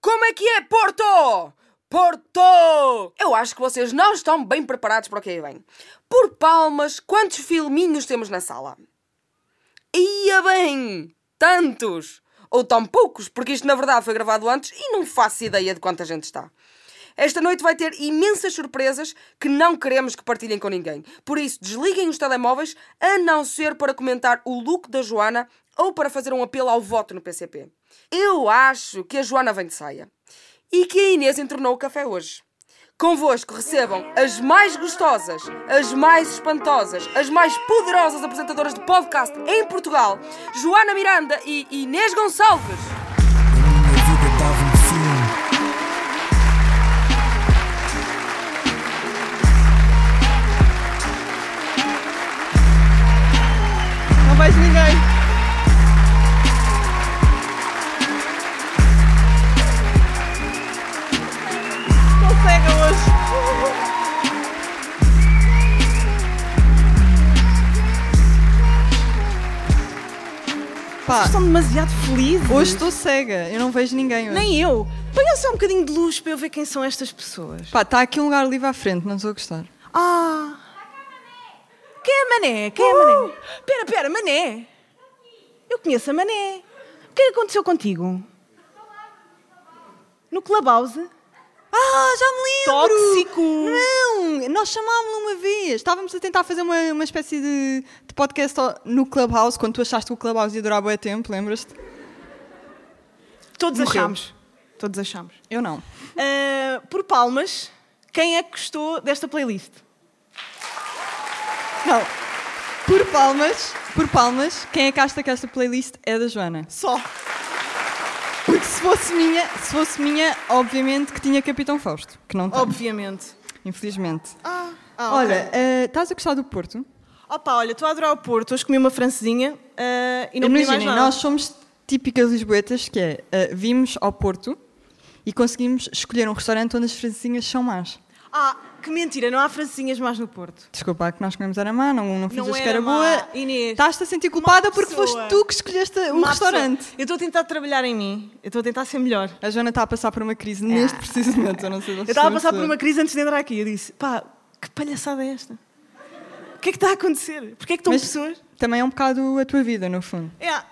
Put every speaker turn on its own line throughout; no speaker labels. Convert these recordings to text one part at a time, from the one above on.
Como é que é, Porto? Porto! Eu acho que vocês não estão bem preparados para o que aí vem. Por palmas, quantos filminhos temos na sala? Ia bem! Tantos! Ou tão poucos, porque isto na verdade foi gravado antes e não faço ideia de quanta gente está. Esta noite vai ter imensas surpresas que não queremos que partilhem com ninguém. Por isso, desliguem os telemóveis, a não ser para comentar o look da Joana ou para fazer um apelo ao voto no PCP. Eu acho que a Joana vem de saia. E que a Inês entornou o café hoje. Convosco recebam as mais gostosas, as mais espantosas, as mais poderosas apresentadoras de podcast em Portugal, Joana Miranda e Inês Gonçalves.
Minha vida dava um fim.
Não vejo ninguém. Estou cega hoje. Pá,
Vocês estão demasiado felizes.
hoje estou cega. Eu não vejo ninguém hoje.
Nem eu. Ponham só um bocadinho de luz para eu ver quem são estas pessoas.
Pá, está aqui um lugar livre à frente, não estou a gostar.
Ah! Quem é a Mané? Quem é a
Uh!
Mané? Pera, pera, Mané! Eu conheço a Mané. O que é que aconteceu contigo? No Clubhouse?
Ah, já me lembro!
Tóxico!
Não! Nós chamámos-lo uma vez. Estávamos a tentar fazer uma, uma espécie de, de podcast ao- no Clubhouse, quando tu achaste que o Clubhouse ia durar bué tempo, lembras-te?
Todos
Morreu.
achámos. Todos achámos.
Eu não.
Ah, por palmas, quem é que gostou desta playlist?
Não. Por palmas, por palmas, quem é que acha que esta playlist é da Joana?
Só.
Porque se fosse minha, se fosse minha, obviamente que tinha Capitão Fausto, que não tem,
Obviamente.
infelizmente.
Ah,
Olha, eh, estás a gostar do Porto?
Opa, olha, estou a adorar o Porto. Hoje comi uma francesinha ah, e não comi mais
Imaginem,
nada.
nós somos típicas lisboetas, que é, eh, vimos ao Porto e conseguimos escolher um restaurante onde as francesinhas são más.
Ah, que mentira, não há francesinhas mais no Porto.
Desculpa, a que nós comemos era má, não, não fizeste que
era
era
má,
boa.
Inês.
Estás-te a sentir culpada
Má
porque
pessoa.
foste tu que escolheste o
Má
Um restaurante.
pessoa. Eu estou a tentar trabalhar em mim. Eu estou a tentar ser melhor.
A Joana está a passar por uma crise neste preciso momento, eu não sei
Ah.
se
Eu
vocês
estava a
estão
passar por uma
perceber.
crise antes de entrar aqui. Eu disse, pá, que palhaçada é esta? O que é que está a acontecer? Porquê é que estão
Mas
pessoas...
Também é um bocado a tua vida, no fundo.
É, ah,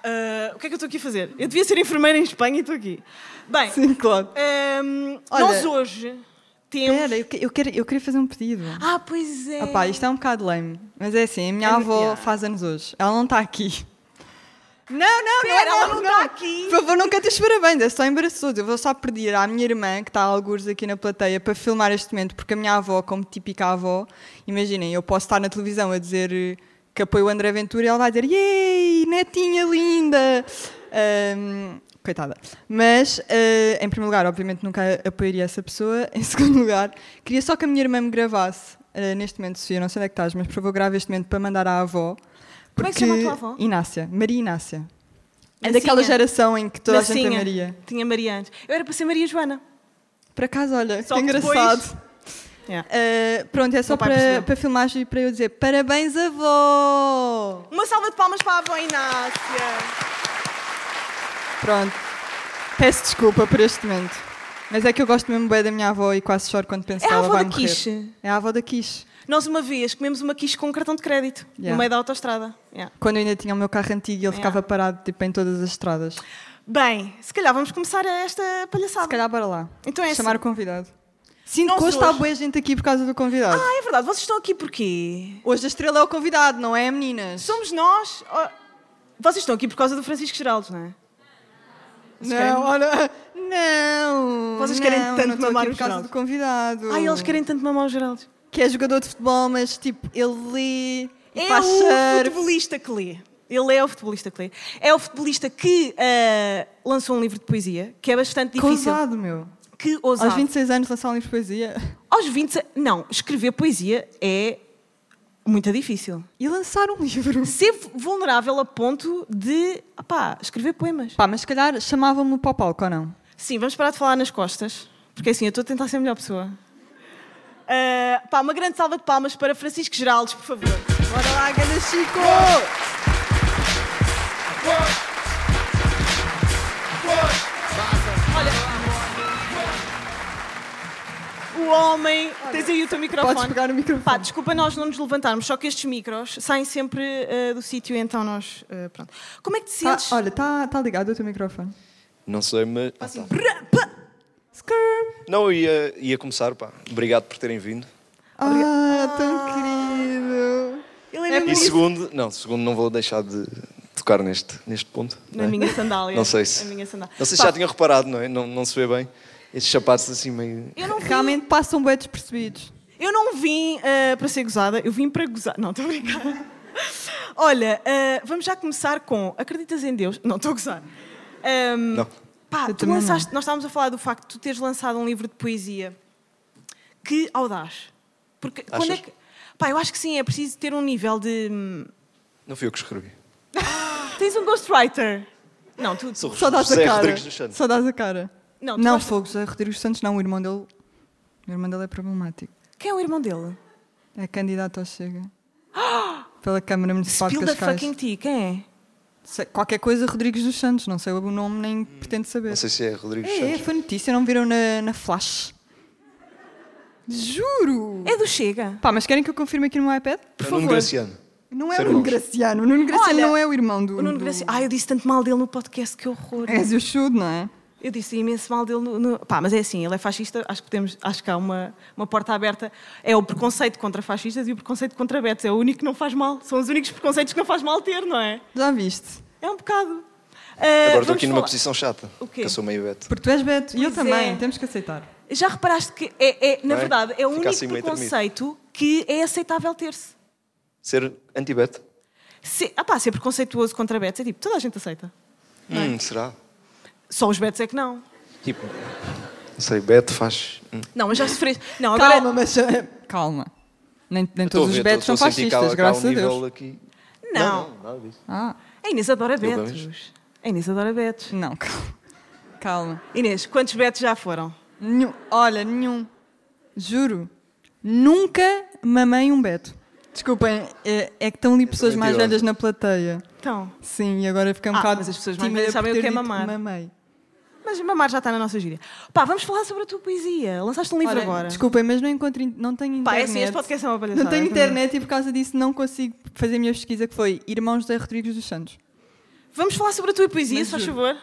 o que é que eu estou aqui a fazer? Eu devia ser enfermeira em Espanha e estou aqui. Bem,
Sim, claro.
ahm,
Olha-
nós hoje temos...
Espera, eu, que- eu quero, eu queria fazer um pedido.
Ah, pois é.
Ah pá, isto é um bocado lame, mas é assim, a minha
É
avó
demasiado.
faz anos hoje, ela não está aqui. Não, não,
Pera, ela não está aqui.
Por favor, não cantes parabéns, é só embaraçoso. Eu vou só pedir à minha irmã, que está a algures aqui na plateia, para filmar este momento, porque a minha avó, como típica avó, imaginem, eu posso estar na televisão a dizer eh, que apoio o André Ventura e ela vai dizer Yey, netinha linda! Ahm, coitada. Mas, eh, em primeiro lugar, obviamente nunca apoiaria essa pessoa. Em segundo lugar, queria só que a minha irmã me gravasse eh, neste momento, Sofia, não sei onde é que estás, mas por favor, grave este momento para mandar à avó.
Como é que
porque-
chama a tua avó?
Inácia, Maria Inácia. É
Massinha.
daquela geração em que toda a gente é
Massinha.
Maria.
Tinha Maria antes. Eu era para ser Maria Joana.
Por acaso, olha,
Só
que
que depois-
engraçado.
Yeah.
Uh, pronto, é só
pai
para,
percebeu.
para filmagem e para eu dizer parabéns, avó!
Uma salva de palmas para a avó Inácia.
Pronto, peço desculpa por este momento. Mas é que eu gosto mesmo bem da minha avó e quase choro quando penso
É
que
a
ela
avó
vai
da
morrer.
Quiche?
É a avó da Quiche.
Nós uma vez comemos uma quiche com um cartão de crédito
Yeah.
no meio da autoestrada. Yeah.
Quando eu ainda tinha o meu carro antigo e
É.
ele ficava parado tipo, em todas as estradas. Se
Bem, se calhar vamos começar esta palhaçada.
calhar, bora lá.
Então é
Chamar
assim.
o convidado. Sinto
Nós
que hoje está
hoje-
boa gente aqui por causa do convidado.
Ah, é verdade. Vocês estão aqui porquê?
Hoje a estrela é o convidado, não é, meninas?
Somos nós. ó, Vocês estão aqui por causa do Francisco Geraldo, não é? Vocês
Não,
querem-
olha. Não!
Vocês querem
não,
tanto
não estou
mamar
aqui
o
por causa
Geraldo.
do convidado.
Ah, eles querem tanto mamar o Geraldo.
Que é jogador de futebol, mas tipo, ele lê. e
É
faz
o
surf.
futebolista que lê. Ele é o futebolista que lê. É o futebolista que ah, lançou um livro de poesia, que é bastante
Que
difícil.
ousado, meu.
Que ousado.
Aos 26 anos lançar um livro de poesia.
Aos 20 Não, escrever poesia é muito difícil.
E lançar um livro.
Ser vulnerável a ponto de opá, escrever poemas.
Pá, mas se calhar chamavam-me para o palco ou não?
Sim, vamos parar de falar nas costas, porque assim eu estou a tentar ser a melhor pessoa. Ah, pá, uma grande salva de palmas para Francisco Geraldes, por favor.
Bora lá, ganda Chico!
Olha, o homem. Tens aí o teu microfone.
Podes pegar o microfone.
Pá, desculpa nós não nos levantarmos, só que estes micros saem sempre eh, do sítio, então nós. eh, pronto. Como é que te
Tá-
sentes?
olha, está tá ligado o teu microfone.
Não sei, mas. Ah, tá.
Assim, brá, pá.
Skrr.
Não, eu ia, ia começar, pá. Obrigado por terem vindo.
Ah, tão querido.
Ele é,
É
mesmo
E
isso.
segundo, não, segundo não vou deixar de tocar neste, neste ponto.
Na
não é?
minha sandália.
Não sei se.
Na minha sandália.
Não sei se já tinham reparado, não é? Não, não se vê bem. Estes sapatos assim meio.
Eu não vi-
Realmente passam bem despercebidos.
Eu não vim eh, para ser gozada, eu vim para gozar. Não, estou a brincar. Olha, eh, vamos já começar com Acreditas em Deus? Não, estou a gozar. Ahm,
Não.
Pá,
Eu
tu
também não.
lançaste- nós estávamos a falar do facto de tu teres lançado um livro de poesia. Que audaz. Porque quando é
Achas?
que. Pá, eu acho que sim, é preciso ter um nível de. hum,
Não fui eu que escrevi.
Tens um ghostwriter. Não, tu.
Sou
Só dás
José
a cara.
Rodrigues dos Santos.
Só dás a cara.
Não, tu
não
gostas-
fogo, José Rodrigues dos Santos, não. O irmão dele. O irmão dele é problemático.
Quem é o irmão dele?
É candidato ao Chega. Pela Câmara Municipal de
Spill the fucking
Cascais.
tea, quem é?
Sei- Qualquer coisa Rodrigues dos Santos, não sei o nome nem pretendo saber.
Hum. Não sei se é Rodrigues
É, é,
Santos.
foi notícia, não viram na, na Flash. Juro!
É do Chega.
Pá, mas querem que eu confirme aqui no meu iPad?
É
Por
o
favor.
Nuno Graciano.
Não é o
Sério,
Nuno
vamos.
Graciano. O Nuno Graciano
Olha,
não é o irmão do.
O Nuno Graciano. Ah, eu disse tanto mal dele no podcast, que horror.
Do... És o chudo, não é?
Eu disse imenso mal dele. No, no- Pá, mas é assim, ele é fascista, acho que, temos, acho que há uma, uma porta aberta. É o preconceito contra fascistas e o preconceito contra betos. É o único que não faz mal. São os únicos preconceitos que não faz mal ter, não é?
Já viste?
É um bocado. Ah,
Agora estou aqui numa posição chata.
O quê?
Que eu sou meio beto.
Porque tu és Beto e eu
Pois
também,
é.
temos que aceitar.
Já reparaste que, é, é, na
Não é?
verdade, é o
Fica
único
assim meio tremido.
preconceito que é aceitável ter-se.
Ser anti-beto?
Se, ah pá, ser preconceituoso contra betos é tipo, toda a gente aceita.
é?
Hum, será?
Só os betos é que não.
Tipo. Não sei, beto faz. Hum.
Não, mas já sofreste. Não, agora.
Calma, mas. é-
eh,
Calma. Nem, nem
Estou a
todos os
ver,
Betos
estou
são
a sentir que há-
fascistas,
que há um
graças a
nível
Deus.
aqui.
Não.
não, nada disso.
Ah,
A Inês adora
bem.
betos. A Inês adora betos.
não, calma. Calma.
Inês, quantos betos já foram?
Nenhum- olha, nenhum. Juro. Nunca mamei um Beto. Desculpem, é, é que estão ali pessoas mais
mentirosa.
velhas na plateia.
Então.
Sim, e agora fica um
Ah,
bocado.
mas as pessoas mais
tímida
velhas
por
sabem o
ter
que é
dito
mamar.
Mamei.
Mas mamar já está na nossa gíria. Pá, vamos falar sobre a tua poesia. Lançaste um livro
Ora,
agora.
Desculpem, mas não encontro, in- não tenho
Pá,
internet.
é assim, este podcast é uma palhaçada.
Não tenho internet e por causa disso não consigo fazer a minha pesquisa que foi Irmão José Rodrigues dos Santos.
Vamos falar sobre a tua poesia,
Mas
se faz
juro.
favor.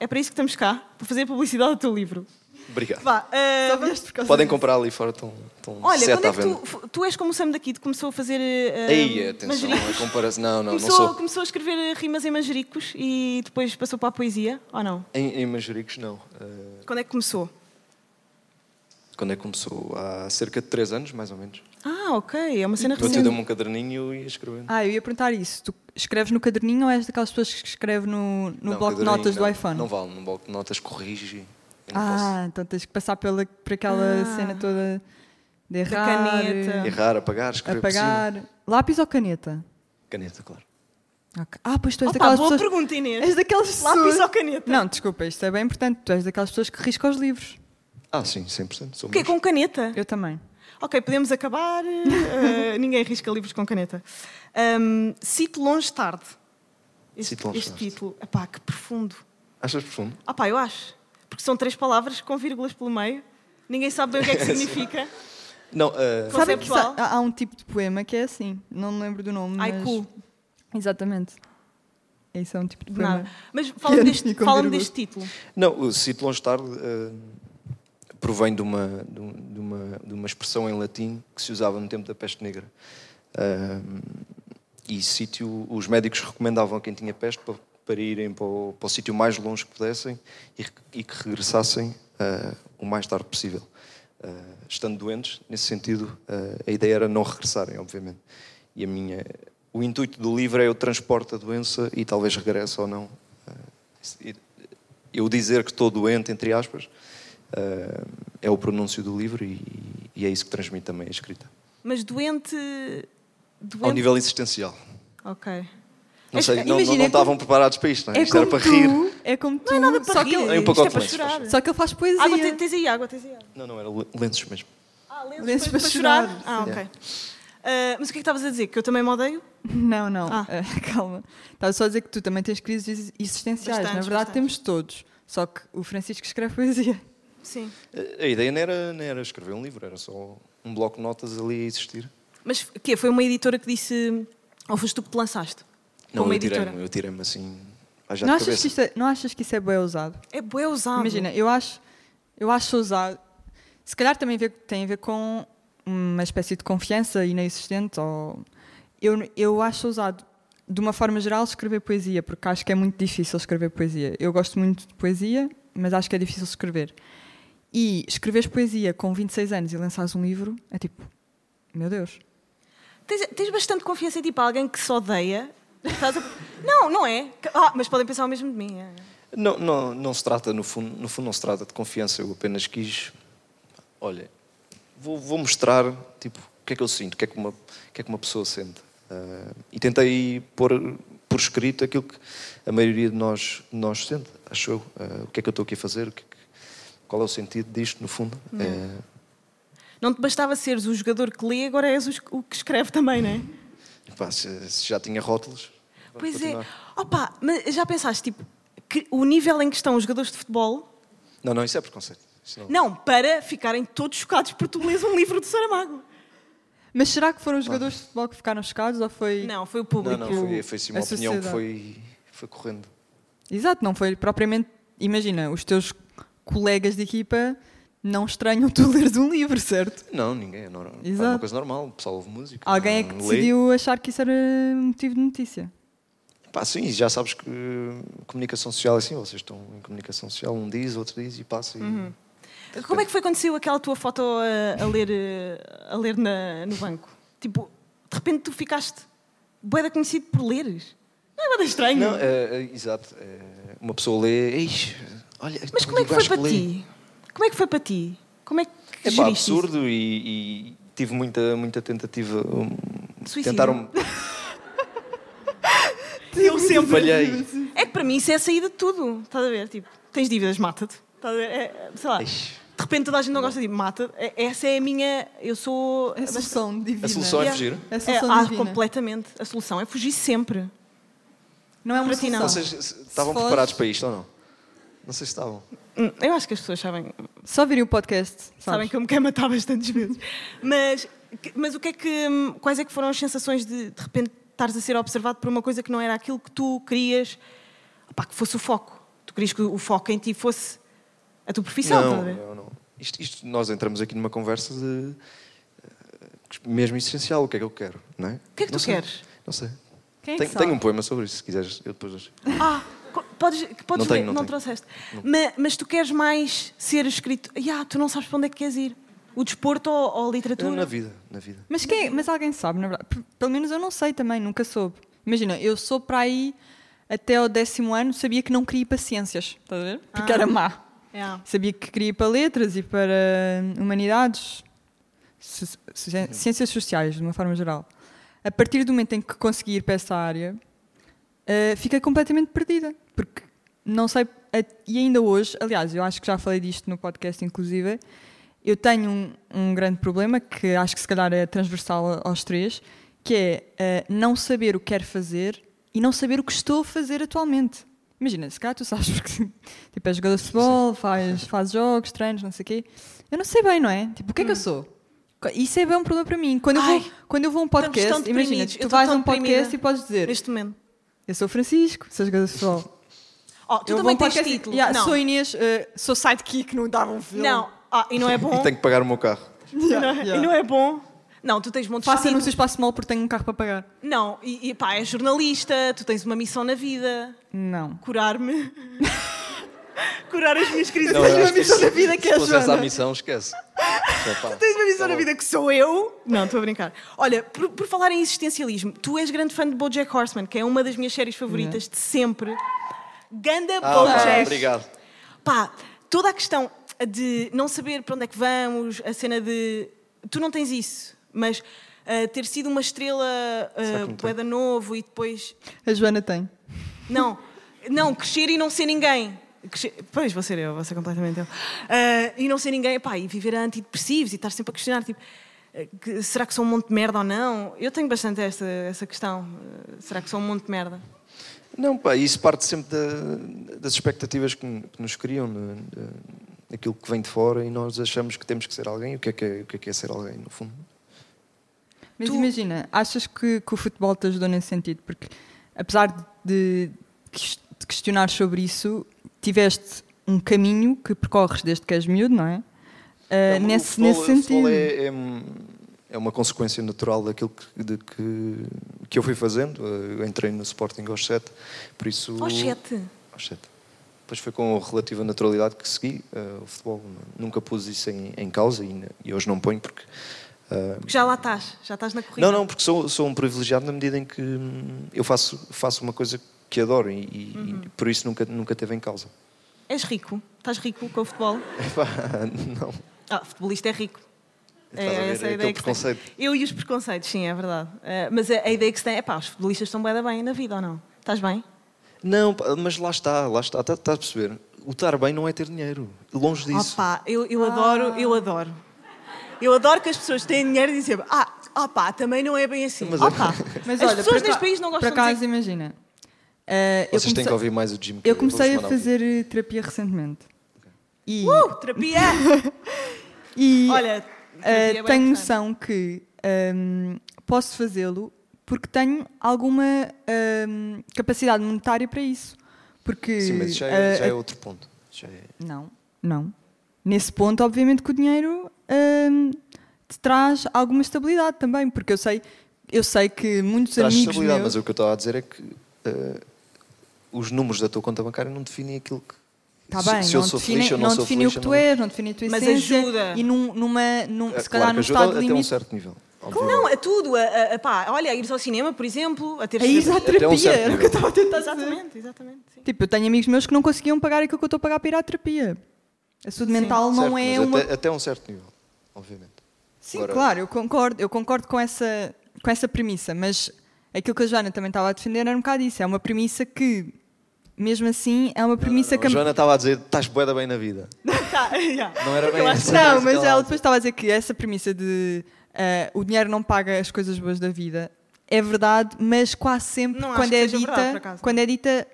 É para isso que estamos cá, para fazer a publicidade do teu livro.
Obrigado.
Vá, eh,
Só
vamos-
vieste por causa
Podem
disso.
comprar ali fora, estão estão
Olha,
sete
quando
à
é que
venda.
tu, f- tu és como o Sam daqui, tu começou a fazer. eh,
hum,
Ei, atenção,
manjericos.
a comparação. Não, não,
começou,
não sou.
começou a escrever rimas em manjericos e depois passou para a poesia, ou não?
Em, em Manjericos, não. Eh,
Quando é que começou?
quando é que começou? Há cerca de 3 anos, mais ou menos.
Ah, ok, é uma cena
Meu tio
recente.
deu-me um caderninho e eu ia escrevendo.
Ah, eu ia perguntar isso. Tu escreves no caderninho ou és daquelas pessoas que escreve no, no
Não,
bloco de
caderninho,
notas do
não,
iPhone?
Não vale, no bloco de notas corrige. Eu não
Ah, então tens que passar pela, por aquela cena toda de errar,
Ah.
eh,
caneta.
posso errar, é apagar, escrever por cima.
apagar. Lápis ou caneta?
Caneta, claro.
Ok. Ah, pois tu és
Opa,
daquelas
boa
pessoas...
pergunta, Inês.
És daquelas
Lápis
pessoas...
ou caneta?
Não, desculpa, isto é bem importante. Tu és daquelas pessoas que riscam os livros.
Ah, sim, 100%. Sou
O quê?
moço.
Com caneta?
Eu também.
Ok, podemos acabar. eh, ninguém risca livros com caneta. Ahm, cito longe tarde. Este,
Cito longe
este
tarde.
título. Epá, que profundo.
Achas profundo?
Ah pá, eu acho. Porque são três palavras com vírgulas pelo meio. Ninguém sabe bem o que é que significa.
Não, eh,
Conceitual.
Sabem que sa- há há um tipo de poema que é assim. Não me lembro do nome, mas...
Haiku.
Exatamente. Isso é um tipo de
De
poema.
nada. Mas fala-me
Quero
deste,
ir com
fala-me
vírgula.
deste título.
não, o Cito Longe Tarde eh, provém de uma, de, um- de uma, de uma expressão em latim que se usava no tempo da peste negra. Eh, e sítio, os médicos recomendavam a quem tinha peste para, para irem para o, para o sítio mais longe que pudessem e, re- e que regressassem eh, o mais tarde possível. Eh, estando doentes, nesse sentido, eh, a ideia era não regressarem, obviamente. E a minha, o intuito do livro é eu transporto a doença e talvez regresse ou não. Eh, se- eu dizer que estou doente, entre aspas, eh, é o pronúncio do livro e, e é isso que transmite também a escrita.
Mas doente.
Ao
doente-
nível existencial.
Ok.
Não, sei,
que-
não, não-
imagina,
não
é
estavam
como-
preparados para isto, não é?
É
isto era
como
para
tu,
rir.
é como tu,
Não é nada para
só
rir.
que ele,
É um
Isto
pacote
é para
de lenços,
chorar.
só que ele faz poesia.
Água, te- tens aí água, tens aí água.
Não, não, era le- lenços mesmo.
Ah, lenços,
Lenços
para,
para
para chorar.
chorar,
Ah,
sim.
ok. Ah, mas o que é que estavas a dizer? Que eu também me odeio?
Não, não,
Ah.
eh, calma. Estava só a dizer que tu também tens crises ex- existenciais.
Bastantes,
Na verdade,
bastantes.
temos todos. Só que o Francisco escreve poesia.
Sim.
A, a ideia não era, não era escrever um livro, era só um bloco de notas ali a existir.
Mas o quê? Foi uma editora que disse. Ou foste tu que te lançaste? Com
Não,
uma
eu
editora.
tirei-me eu tirei assim. à já
Não
de
achas, que
cabeça.
isto é, não achas que isso é bem usado?
É bué usado.
Imagina, eu acho, eu acho usado. Se calhar também vê- tem a ver com uma espécie de confiança inexistente. Ou, eu, eu acho usado, de uma forma geral, escrever poesia, porque acho que é muito difícil escrever poesia. Eu gosto muito de poesia, mas acho que é difícil escrever. E escreveres poesia com 26 anos e lançares um livro é tipo, meu Deus.
Tens, tens bastante confiança em tipo alguém que se odeia. Estás a- Não, não é. Que- Ah, mas podem pensar o mesmo de mim. é.
Não, não, não se trata, no fundo, no fundo, não se trata de confiança. Eu apenas quis. Olha, vou, vou mostrar tipo, o que é que eu sinto, o que é que uma, o que é que uma pessoa sente. Ah, e tentei pôr por escrito aquilo que a maioria de nós, de nós sente, acho eu. Ah, o que é que eu estou aqui a fazer? O que é que- qual é o sentido disto, no fundo? Eh,
Não te bastava seres o jogador que lê, agora és o es- o que escreve também, não é?
pá, se, se já tinha rótulos. vamos
Pois é.
continuar.
Opa, mas já pensaste, tipo, que o nível em que estão os jogadores de futebol,
Não, não, isso é preconceito. Isso não-
não, para ficarem todos chocados por tu lês um livro de Saramago.
Mas será que foram os jogadores de futebol que ficaram chocados ou foi.
Não, foi o
não,
público.
não, foi, foi sim uma
a
opinião que
sociedade.
foi, foi correndo.
Exato, não foi propriamente. Imagina, os teus colegas de equipa não estranham tu leres um livro, certo?
Não, ninguém. É, normal. é uma
Exato.
coisa normal. O pessoal ouve música.
Alguém é que
Ah, lê.
decidiu achar que isso era um motivo de notícia.
Pá, sim, e já sabes que eh, comunicação social é assim. Vocês estão em comunicação social. Um diz, outro diz e passa. E...
Como é que foi quando saiu aquela tua foto a, a ler, eh, a ler na- no banco? Tipo, de repente tu ficaste boeda conhecido por leres. Não é nada estranho.
Não, é, é, exato. é, uma pessoa lê. "Ixi, olha,
Mas
tá
como é que
um
foi
gajo
para
lê."
ti? Como é que foi para ti? Como é que
É pá,
geriste isso?
absurdo e, e tive muita, muita tentativa. um- hum,
Suicídio.
Tentaram.
Eu sempre.
Falhei.
É que para mim isso é a saída de tudo. Estás a ver? Tipo, tens dívidas, mata-te. Estás a ver? É, sei lá.
Ixi.
De repente toda a gente não gosta de mata. É- Essa é a minha. Eu sou.
É a solução divina.
A solução é fugir.
É a
É,
solução
ah,
divina.
completamente. A solução é fugir sempre.
Não é uma
Para ti, não.
solução.
Vocês se- estavam
fores-
preparados para isto ou não? Não sei se estavam.
Hum, Eu acho que as pessoas sabem,
Só virem o podcast. Sabes?
sabem que eu me quero matar bastantes vezes. Mas, que- mas o que é que, hum, quais é que foram as sensações de de repente estares a ser observado por uma coisa que não era aquilo que tu querias Opá, que fosse o foco? Tu querias que o foco em ti fosse a tua profissão, estás a
Não,
ver?
não, não. Isto, isto- nós entramos aqui numa conversa de eh, mesmo essencial, o que é que eu quero, não é? O
que é que tu queres?
Não sei.
Quem é que
Tenho,
sabe?
tenho um poema sobre isso, se quiseres, eu depois.
Ah, co- podes, que podes
Não
ler,
tenho, não
não,
tenho.
trouxeste. Ma- Mas, tu queres mais ser escrito. Ya, tu não sabes para onde é que queres ir. O desporto ou, ou a literatura?
Na vida, na vida.
Mas, quem, mas alguém sabe, na verdade. P- Pelo menos eu não sei também, nunca soube. Imagina, eu sou para aí até ao décimo ano, sabia que não queria ir para ciências, estás a ver?
Ah.
Porque era má.
Ya.
Sabia que queria ir para letras e para humanidades, ci- ci- ciências sociais, de uma forma geral. A partir do momento em que consegui ir para essa área, eh, fiquei completamente perdida. Porque não sei. a- E ainda hoje, aliás, eu acho que já falei disto no podcast, inclusive. Eu tenho um, um grande problema que acho que se calhar é transversal aos três, que é eh, não saber o que quero fazer e não saber o que estou a fazer atualmente. Imagina, se calhar tu sabes porque tipo, és jogador de futebol, faz, faz jogos, treinos, não sei o quê. Eu não sei bem, não é? Tipo, o que é que eu sou? Co- Isso é bem um problema para mim. Quando, eu,
Hum. Ai, então,
vou, quando eu vou a um
estamos tão
podcast, imagina,
deprimidos. Eu
tu
estou
vais a
tão
um podcast
deprimida.
e podes dizer
Neste momento.
eu sou o Francisco, sou jogador de futebol.
Oh, tu
eu
também
vou a um
tens
podcast e-
título.
Yeah,
não.
Sou Inês, eh, sou sidekick, não dava um filme.
Não, ah, e não é bom.
E tenho que pagar o meu carro.
E não é-
Yeah.
E não é bom. Não, tu tens montes de
Faça
títulos.
anúncios para a Small porque tenho um carro para pagar.
Não, e, e pá, és jornalista, tu tens uma missão na vida.
Não.
Curar-me. Curar as minhas crises.
Não,
tens
eu
uma
acho que
missão
isso-
na vida que é
Se fosse essa a
Joana.
missão, esquece. Já pá.
Tens uma missão na vida que sou eu. Não, estou a brincar. Olha, por, por falar em existencialismo, tu és grande fã de BoJack Horseman, que é uma das minhas séries favoritas de sempre. Ganda
Ah, pá,
BoJack.
obrigado.
Pá, toda a questão de não saber para onde é que vamos, a cena de. Tu não tens isso, mas ah, ter sido uma estrela
Será que não
uh,
tenho?
poeda novo e depois.
A Joana tem.
Não, não, crescer e não ser ninguém. Crescer- Pois, vou ser eu, vou ser completamente eu. Ah, e não ser ninguém, pá, e viver a antidepressivos e estar sempre a questionar, tipo. ah, que- será que sou um monte de merda ou não? Eu tenho bastante essa, essa questão. Ah, será que sou um monte de merda?
Não, pá, isso parte sempre da- das expectativas que, que nos criam. né? Eh, daquilo que vem de fora e nós achamos que temos que ser alguém. O que é que é, o que é, que é ser alguém, no fundo?
Mas imagina, achas que, que o futebol te ajudou nesse sentido? Porque apesar de, de questionar sobre isso, tiveste um caminho que percorres desde que és miúdo, não é? Uh,
Não, o
nesse,
futebol-
nesse
O futebol
sentido.
é, é um- é uma consequência natural daquilo que, de que, que eu fui fazendo. Eu entrei no Sporting aos 7, por isso...
Aos sete?
Aos 7. Depois foi com relativa naturalidade que segui eh, o futebol. Nunca pus isso em, em causa e, na- e hoje não ponho porque... eh,
Porque já lá estás, já estás na corrida.
não, não, porque sou, sou um privilegiado na medida em que hum, eu faço, faço uma coisa que adoro e, e- e
Uhum.
por isso nunca, nunca teve em causa.
És rico, estás rico com o futebol.
Epá, não.
Ah, futebolista é rico.
Estás a ver? É
que
aquele
se tem.
preconceito.
Eu e os preconceitos, sim, é verdade. Eh, mas a, a ideia que se tem é pá, os futebolistas estão bem da bem na vida ou não? Estás bem?
Não, pá, mas lá está, lá está, estás a perceber? O estar bem não é ter dinheiro, longe
Ah,
disso.
Opa, eu, eu adoro, eu adoro. Eu adoro que as pessoas têm dinheiro e dizem ah, opá, também não é bem assim.
Mas-
Opá,
Mas
as
olha,
pessoas
por
neste
aca-
país não gostam
Por acaso,
de dizer...
imagina. uh, eu
Vocês têm que
comecei-
ouvir mais o Jim. que
Eu
vou-vos
comecei a
mandar um ouvir.
fazer eh, terapia recentemente. E,
Uh, terapia!
e,
Olha,
eh,
terapia é bem
tenho
interessante.
noção que ehm, posso fazê-lo porque tenho alguma ehm, capacidade monetária para isso. Porque
Sim, mas já é,
eh,
já é outro ponto. Já é-
Não, não. Nesse ponto, obviamente, que o dinheiro hum, te traz alguma estabilidade também, porque eu sei, eu sei que muitos
Traz
amigos
estabilidade,
meus.
mas o que eu estava a dizer é que eh, os números da tua conta bancária não definem aquilo que.
Tá
se,
bem,
se
não,
eu sou
define,
feliz ou não,
não
sou
define
feliz.
o que
eu
tu
não-
és, não define a tua
Mas
essência.
ajuda.
E num, numa, num,
Ah,
se calhar
claro
num
que ajuda
estado de
até um
limite.
certo nível.
Não,
obviamente.
a tudo. A, a- a pá, olha, a ires ao cinema, por exemplo, a ter
A ir à
Até um
terapia,
certo
era é o que eu estava a tentar dizer.
Exatamente, exatamente. sim.
Tipo, eu tenho amigos meus que não conseguiam pagar aquilo que eu estou a pagar para ir à terapia. A saúde mental não
Certo,
é
mas
uma
até, até um certo nível, obviamente.
Sim,
Agora-
claro, eu concordo, eu concordo com, essa, com essa premissa, mas aquilo que a Joana também estava a defender era um bocado isso. É uma premissa que, mesmo assim, é uma premissa
Não, a
que.
Joana estava a dizer estás boeda bem na vida.
Tá, yeah.
Não era bem
Eu
essa.
Não,
frase que
mas ela
ela-
depois estava a dizer que essa premissa de ah, o dinheiro não paga as coisas boas da vida é verdade, mas quase sempre,
Não acho
quando
que
é,
seja
dita,
verdade, por acaso.
quando é dita,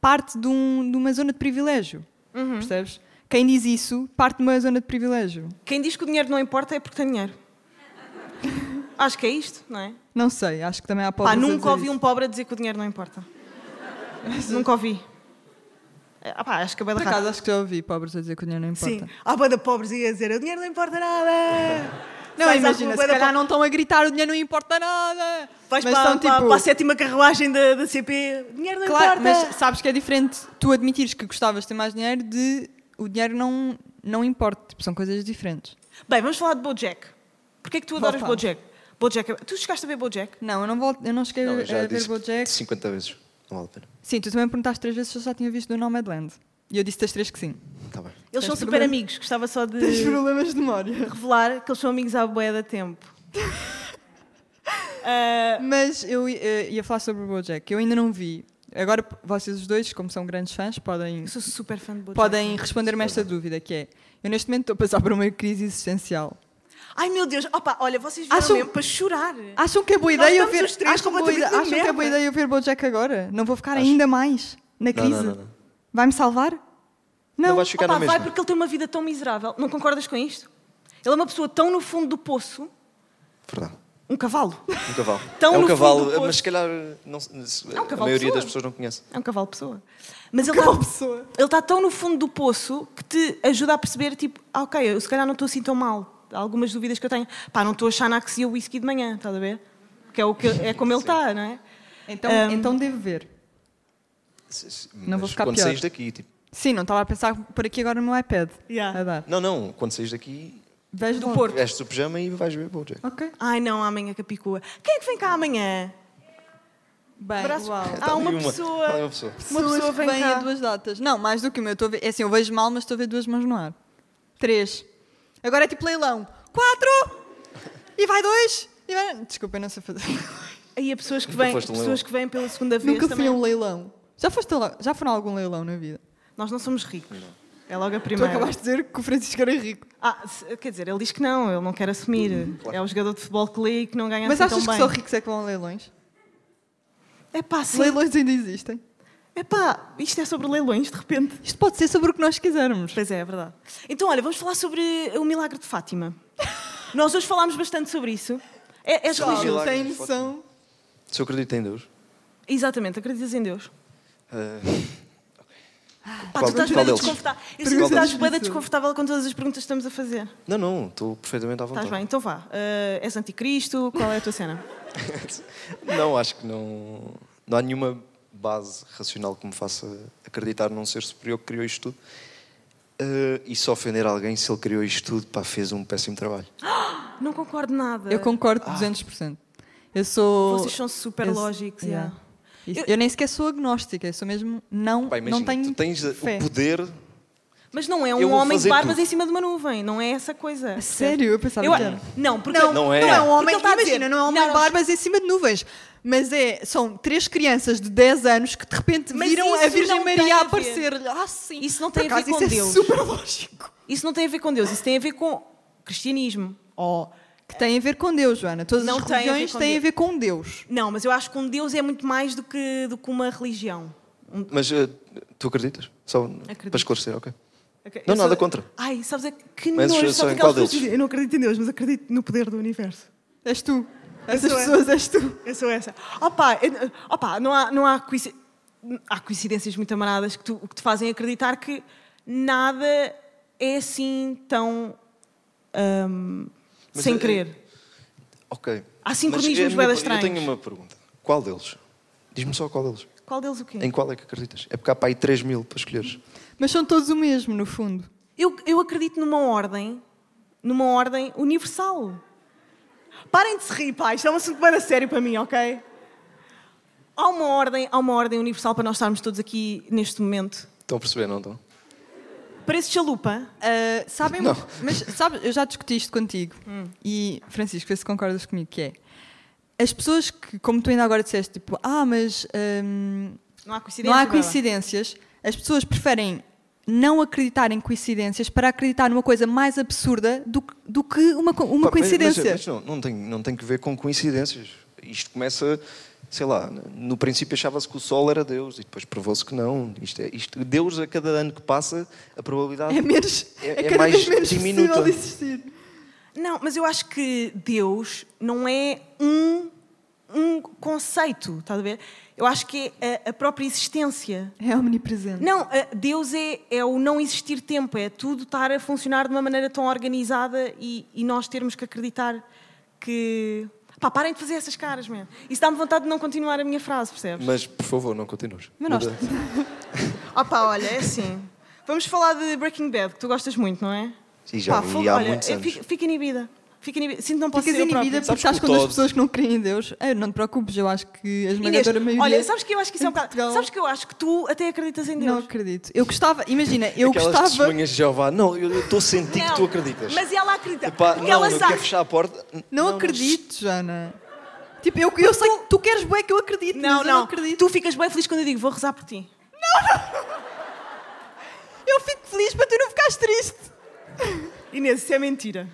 parte de, um- de uma zona de privilégio.
Uhum.
Percebes? Quem diz isso parte de uma zona de privilégio.
Quem diz que o dinheiro não importa é porque tem dinheiro. Acho que é isto, não é?
Não sei, acho que também há pobres
Pá,
a
nunca
dizer
ouvi
isso.
um pobre a dizer que o dinheiro não importa. nunca ouvi. Ah, pá, acho que a
Por
banda
acaso acho que já ouvi pobres a dizer que o dinheiro não importa.
Sim. Há banda pobres ia dizer: o dinheiro não importa nada.
Não,
Sais à
imagina,
rua,
se
bué da
calhar
pobre-
não estão a gritar o dinheiro não importa nada.
Vais
mas
para,
estão
para-
tipo.
para a sétima carruagem da, da CP. O dinheiro não
claro,
importa.
mas sabes que é diferente tu admitires que gostavas de ter mais dinheiro de o dinheiro não, não importa. Tipo, são coisas diferentes.
Bem, vamos falar de Bojack. Porquê é que tu adoras
Voltamos.
Bojack? Bojack? é- Tu chegaste a ver Bojack?
Não, eu não, volto, eu não cheguei
Não,
a
eu já
ver
disse
Bojack.
50 vezes. Não vale a pena.
Sim, tu também perguntaste três vezes se eu já tinha visto do Nomadland. E eu disse das três que sim.
Está Tá bem.
Eles
Tens
são super
problema?
amigos. Gostava só de
problemas de memória.
revelar que eles são amigos à boia da tempo. Ah,
Mas eu eh, ia falar sobre o Bojack. Eu ainda não vi. Agora vocês os dois, como são grandes fãs, podem
eu sou super fã de Bojack.
podem responder-me esta dúvida que é eu neste momento estou a passar por uma crise existencial
Ai meu Deus, opa, olha, vocês vieram
Acham-
mesmo para chorar.
acham que é boa
Nós
ideia
estamos
ver
os três
acham, boa, ide-
completamente na
acham que é boa
merda.
ideia eu ver BoJack agora não vou ficar ainda mais na
Não,
crise
não, não, não.
vai-me salvar? não,
Não vais ficar
Opa,
na
vai
mesma.
porque ele tem uma vida tão miserável. Não concordas com isto? Ele é uma pessoa tão no fundo do poço,
Verdade.
um cavalo.
Um cavalo.
Tão
é
no
um cavalo,
fundo do
mas
poço.
se calhar não se- se-
É um cavalo
a maioria
pessoa.
das pessoas não conhece.
É um cavalo pessoa. Mas ele está
Um pessoa.
ele tá tão no fundo do poço que te ajuda a perceber, tipo, ah, ok, eu se calhar não estou assim tão mal. Há algumas dúvidas que eu tenho. Pá, não estou a achar na que o whisky de manhã, estás a ver? Que é, o que, é como ele está, não é?
então,
Ahm.
então devo ver
Se- se-
Não vou
mas
ficar
quando
pior.
saís daqui, tipo,
sim, não estava a pensar por aqui agora no meu iPad
Yeah.
a dar
não, não, quando saís daqui,
vejo
Do
logo.
Porto.
vestes o pijama e vais ver Bojack.
ok
Ai não, amanhã Capicua. Quem é que vem cá amanhã?
bem,
Braços-
uau
Há uma,
Tá Ali
pessoa.
ali uma pessoa.
Uma
Pessoas
pessoa
que
vem
vêm
cá.
a duas datas não, mais do que uma eu estou a ver é assim, eu vejo mal mas estou a ver duas mãos no ar três agora é tipo leilão quatro e vai dois e vai... desculpa, eu não sei fazer
Aí há pessoas que
Nunca
vêm,
foste um
pessoas
leilão.
que vêm pela segunda vez
Nunca fui
também.
a um leilão. Já, foste a le- já foram a algum leilão na vida?
Nós não somos ricos. É logo a
Tu
primeira.
acabaste de dizer que o Francisco era rico.
Ah, se- quer dizer, ele diz que não, ele não quer assumir.
Hum,
É o jogador de futebol que lê e que não ganha
Mas
assim tão
achas que
bem.
só ricos é que vão a leilões?
É pá, sim.
Leilões ainda existem.
Epá, isto é sobre leilões, de repente.
Isto pode ser sobre o que nós quisermos.
Pois é, é verdade. Então, olha, vamos falar sobre eh, o milagre de Fátima. Nós hoje falámos bastante sobre isso. É, és
Só o
religioso?
milagre.
Tem noção?
Se eu acredito em Deus.
Exatamente, acreditas em Deus.
Ah,
Pá,
Qual-
tu estás
qual
bem
deles?
desconfortável. Eu
Pergunta
sinto que estás
difícil.
bem desconfortável com todas as perguntas que estamos a fazer.
não, não, estou perfeitamente à vontade.
Estás bem, então vá. Eh, és anticristo? Qual é a tua cena?
Não, acho que não. Não há nenhuma base racional que me faça acreditar num ser superior que criou isto tudo. Eh, e se ofender alguém se ele criou isto tudo, pá, fez um péssimo trabalho.
Não concordo nada.
Eu concordo 200%. Eu sou.
Vocês são super
eu-
lógicos.
yeah.
yeah.
Isso- Eu, nem sequer sou agnóstica, eu sou mesmo. Não,
Pá, imagina,
não tenho.
tu tens eh,
fé.
o poder.
Mas não é
Eu
um
vou
homem de
fazer
barbas
tudo.
em cima de uma nuvem. Não é essa coisa.
A sério? Eu pensava
Eu-
que era.
Não, porque
Não,
Não é.
não é um
Porque
homem.
ele tá a
imagina,
dizer-
não é um homem
não.
de barbas em cima de nuvens. Mas é, são três crianças de 10 anos que de repente
Mas
viram a
isso
Virgem
não tem
Maria
a ver.
aparecer-lhe. Ah, sim.
Isso não
Por
tem a ver
acaso,
com
isso
Deus.
É super lógico.
Isso não tem a ver com Deus, isso tem a ver com cristianismo. Ou
Que tem a ver com Deus, Joana. Todas
Não
as
tem a ver
religiões
com
têm a
Deus.
ver com Deus.
Não, mas eu acho que um Deus é muito mais do que, do que uma religião. Um-
Mas eh, tu acreditas? Só
Acredito.
para esclarecer, ok.
Ok,
Não,
eu
nada
sou-
contra.
Ai, sabes é que
Mas
nojo,
só
sabes
em
aquelas
qual
pessoas
deles?
que dizem, Eu não acredito em Deus, mas acredito no poder do universo.
És tu. Essas
sou eu.
pessoas és tu.
Eu sou essa. Opa, eu- opa não há, não há, coinci- há coincidências muito amaradas que, tu- que te fazem acreditar que nada é assim tão ahm,
Mas
sem
é-
querer.
Ok.
Há
Mas
sincronismos
é a minha
bué
per-
estranhos.
Eu tenho uma pergunta. Qual deles? Diz-me só qual deles.
Qual deles o quê?
Em qual é que acreditas? É porque há para aí 3 mil para escolheres.
Mas são todos o mesmo, no fundo.
Eu, eu acredito numa ordem, numa ordem universal. Parem de se rir, pá, isto é um assunto bem a sério para mim, ok? Há uma ordem, há uma ordem universal para nós estarmos todos aqui neste momento.
Estão a perceber, não estão?
Parece chalupa.
Ah, sabem,
Não.
mas sabes, eu já discuti isto contigo e Francisco, vê se concordas comigo que é as pessoas que, como tu ainda agora disseste, tipo, ah, mas hum,
Não há coincidência.
não há
Bela.
coincidências, as pessoas preferem não acreditar em coincidências para acreditar numa coisa mais absurda do, que- do que uma, co- uma
Pá, mas-
coincidência.
Mas, mas não, não, tem, não tem que ver com coincidências. Isto começa, sei lá, no princípio achava-se que o Sol era Deus e depois provou-se que não. Isto é, isto, Deus, a cada ano que passa, a probabilidade.
é menos,
É-
é,
é
cada
mais
vez menos
diminuta.
possível de existir.
Não, mas eu acho que Deus não é um, um conceito, estás a ver? Eu acho que é a, a própria existência.
É omnipresente.
Não, a- Deus é, é o não existir tempo, é tudo estar a funcionar de uma maneira tão organizada e, e nós termos que acreditar que. Pá, parem de fazer essas caras, mesmo. Isso dá-me vontade de não continuar a minha frase, percebes?
Mas, por favor, não continues.
Mas nós-
Muda.
Ah, pá, olha, é assim. Vamos falar de Breaking Bad, que tu gostas muito, não é?
E já
Pá,
vi
fogo,
há
olha,
muitos
eu
anos.
fico, fico inibida. Fico inibida. Sinto que não posso
Ficas
ser eu própria.
inibida porque
Sabes
estás
que o
com as
Todd-
pessoas que não creem em Deus. Ah, não te preocupes, eu acho que
Inês,
a esmagadora maioria...
olha, sabes que eu acho que isso é um
em
bocado.
Portugal-
Sabes que eu acho que tu até acreditas em Deus.
Não acredito. Eu gostava, imagina, eu
Aquelas
gostava.
testemunhas de Jeová. Não, eu eu estou a sentir que
Não,
tu acreditas.
Mas ela acredita.
Epá,
porque
não,
ela
não
sabe.
quer fechar a porta. N-
Não, acredito, Jana. Tipo, eu, eu sei que tu queres bué que eu acredite,
Não,
mas
não.
eu não acredito.
Tu ficas bem feliz quando eu digo vou rezar por ti.
Eu fico feliz para tu não ficares triste.
Inês, isso é mentira.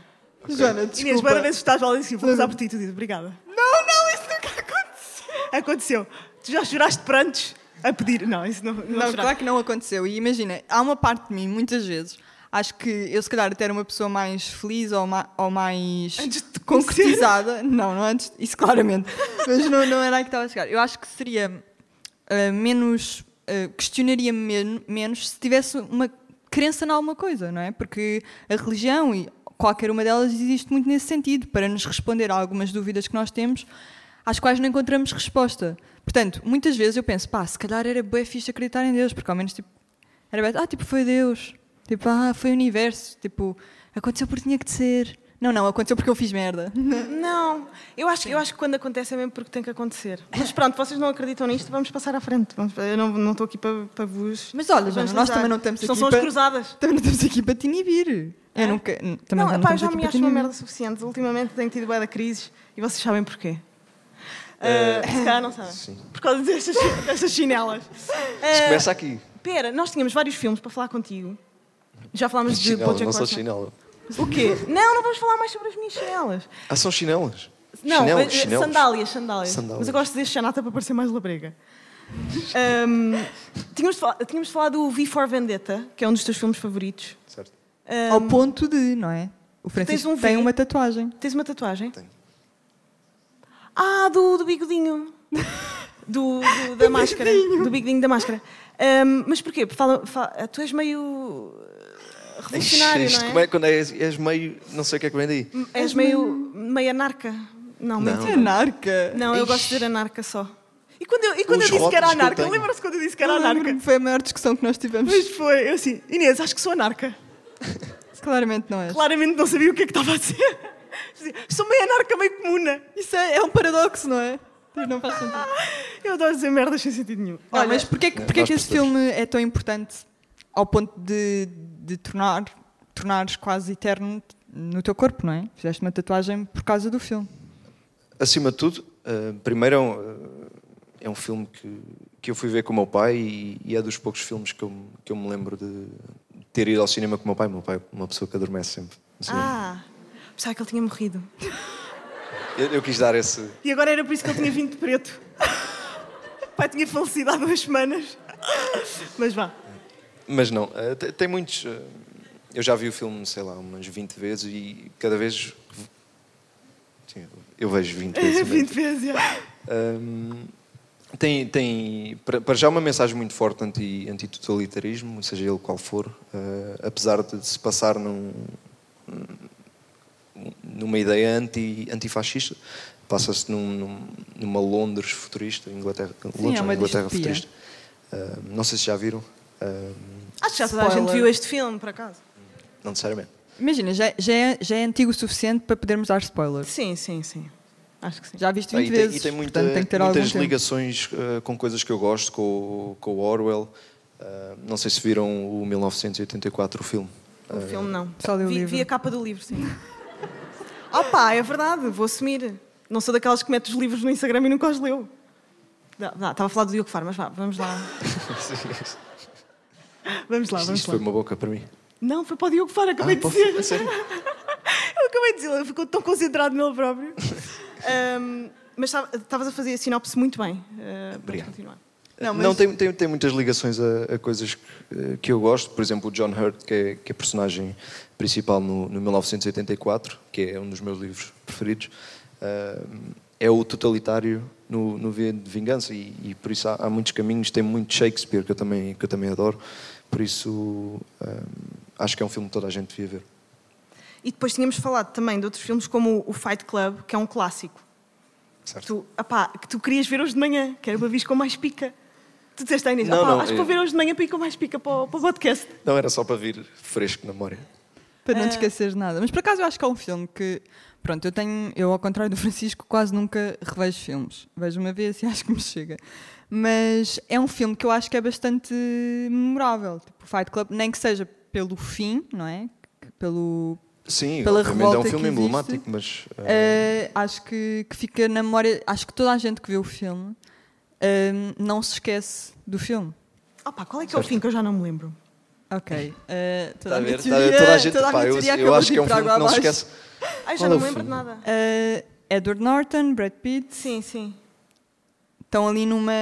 Jana, desculpa.
Inês, várias vezes estás lá e dizes, vou rezar por ti, tu dizes obrigada.
Não, não, isso nunca aconteceu.
Aconteceu. Tu já choraste prantos a pedir. Não, isso não.
Não,
chorar.
claro que não aconteceu. E imagina, há uma parte de mim, muitas vezes, acho que eu se calhar até era uma pessoa mais feliz ou, ma- ou mais
Antes de te
concretizada. Não, não antes, isso claramente. Mas não, não era aí que estava a chegar. Eu acho que seria ah, menos. ah, questionaria men menos se tivesse uma crença em alguma coisa, não é? Porque a religião e qualquer uma delas existe muito nesse sentido, para nos responder a algumas dúvidas que nós temos às quais não encontramos resposta. Portanto, muitas vezes eu penso, pá, se calhar era bué fixe acreditar em Deus, porque ao menos tipo, era bué, ah, tipo, foi Deus, tipo, ah, foi o universo, tipo, aconteceu porque tinha que de ser. Não, não, aconteceu porque eu fiz merda. Então
Não, eu acho, eu acho que quando acontece é mesmo porque tem que acontecer. Mas pronto, vocês não acreditam nisto, vamos passar à frente. Vamos- eu não não estou aqui para, para vos.
Mas olha,
Vamos
Joana, nós
deixar.
também não estamos
Isto
aqui
são
para-
as cruzadas.
Também não estamos aqui para te inibir. Eu nunca, n- também
É? não,
não,
pá,
estamos
já
aqui
me
para te
acho uma
inibir.
merda suficiente. Ultimamente tenho tido bué da crises e vocês sabem porquê. Ah, se calhar não sabem.
Eh, Sim.
Por causa destas, destas chinelas.
Se
Ah,
começa aqui.
Pera, nós tínhamos vários filmes para falar contigo. Já falámos de
Chinelas,
BoJack
não sou
Horseman.
chinelo.
O quê? Não, não vamos falar mais sobre as minhas chinelas.
Ah, são chinelas.
Não,
chinelas,
eh,
chinelas.
sandálias, sandálias,
Sandálias.
Mas eu gosto de deixar nata para parecer mais labrega. Ahm, tínhamos, de fal- tínhamos de falar do V for Vendetta, que é um dos teus filmes favoritos.
Certo?
Ahm,
Ao ponto de, não é? O Francisco
um
tem
V.
uma tatuagem.
Tens uma tatuagem?
Tenho.
Ah, do, do bigodinho. Do, do- da máscara. Do bigodinho da máscara. Ahm, mas porquê? Fala, fala- tu és meio eh, revolucionário,
Isto,
não
Como
é? Hum.
é que quando és, és meio. Não sei o que é que vem daí.
És meio, meio anarca. Não, mentira.
É narca.
Não, eu gosto de ser anarca só. E quando eu, e quando
Os
eu disse que era
rótulos que eu
anarca?
tenho.
Lembra-se quando eu disse que era
Eu
anarca?
lembro-me, Foi a maior discussão que nós tivemos.
Mas foi, eu assim, Inês, acho que sou anarca.
Claramente não é.
Claramente não sabia o que é que estava a dizer. Sou meio anarca, meio comuna. assim, "Ah,
Isso é, é um paradoxo, não é? Não faz sentido.
Eu adoro dizer merdas sem sentido nenhum.
Não,
Olha,
mas porquê, que-
Nós
porquê que esse
percebemos.
filme é tão importante ao ponto de, de tornar, tornares quase eterno no teu corpo, não é? Fizeste uma tatuagem por causa do filme.
Acima de tudo, eh, primeiro é um, eh, é um filme que, que eu fui ver com o meu pai e, e é dos poucos filmes que eu, me- que eu me lembro de ter ido ao cinema com o meu pai. O meu pai é uma pessoa que adormece sempre. no cinema.
Ah, pensava que ele tinha morrido.
Eu, eu quis dar esse.
E agora era por isso que ele tinha vindo de preto. Pai tinha falecido há duas semanas. Mas vá.
Mas não, eh, te- tem muitos. eh, Eu já vi o filme, sei lá, umas 20 vezes e cada vez. v- Sim, eu vejo 20 vezes. o mesmo
20 vezes. já.
Hum, tem, tem para para já uma mensagem muito forte anti, anti-totalitarismo, seja ele qual for, eh, apesar de se passar num, numa ideia anti, antifascista, passa-se num- num- numa Londres futurista, Inglaterra, Londres,
é
não,
uma
Inglaterra
distopia.
futurista. Eh, não sei se já viram, eh,
Acho que já toda a
Spoiler.
gente viu este filme, por acaso.
não necessariamente.
Imagina, já, já é, já é antigo o suficiente para podermos dar spoilers.
Sim, sim, sim. Acho que sim.
Já viste
Ah,
20
e,
vezes,
tem, e tem muita-
portanto tem que ter algum
muitas
tempo.
ligações eh, com coisas que eu gosto, com, o- com o Orwell. Eh, não sei se viram o 1984, o filme.
O filme não.
só li o
vi,
livro.
vi a capa do livro, sim. Ah pá, é verdade, vou assumir. Não sou daquelas que mete os livros no Instagram e nunca os leu. Dá- dá, Estava a falar do Diogo Faro, mas vá, vamos lá. Vamos lá,
Ah,
Isto,
vamos
isto
lá.
foi Ah, uma boca para mim.
Não, foi para o Diogo Faro, acabei de
pô,
dizer.
a sério?
Eu acabei de dizer, ele ficou tão concentrado nele próprio. Ahm, mas estava- estavas a fazer a sinopse muito bem. Ah, podes
Obrigado.
continuar.
Não, tem, tem, tem muitas ligações a, a coisas que, que eu gosto. Por exemplo, o John Hurt, que é, que é a personagem principal no, no 1984, que é um dos meus livros preferidos, ah, é o totalitário no, no V de Vingança. E, e por isso há, há muitos caminhos. Tem muito Shakespeare, que eu também, que eu também adoro. Por isso, ah, acho que é um filme que toda a gente devia ver.
E depois tínhamos falado também de outros filmes como o Fight Club, que é um clássico.
Certo.
Tu, apá, que tu querias ver hoje de manhã, que era para vir com mais pica. Tu disseste à Inês,
Não,
apá,
não, é-
acho que
eu-
vou ver hoje de manhã para ir com mais pica para o, para o podcast.
Não era só para vir fresco na memória.
Para não te esqueceres de nada. Mas por acaso eu acho que é um filme que. Pronto, eu tenho. Eu, ao contrário do Francisco, quase nunca revejo filmes. Vejo uma vez e acho que me chega. Mas é um filme que eu acho que é bastante memorável. Tipo, o Fight Club, nem que seja pelo fim, não é? Que- Pelo.
Sim,
Pela
obviamente é um
revolta
filme
que existe.
emblemático, mas. ah,
eh, acho que, que fica na memória. Acho que toda a gente que vê o filme eh, não se esquece do filme.
Opá, qual é que é o fim que eu já não me lembro?
Ok. eh, toda,
Está Tá a ver? Está a
teoria-
ver? Toda a gente,
toda a
pá,
minha
eu,
teoria
eu
acabou
acho
de
que é um
ir para
filme que
água
não se
abaixo.
esquece.
Ai, já
Qual é
não
o
me lembro de
fim?
nada.
Eh, Edward Norton, Brad Pitt.
Sim, sim.
estão ali numa.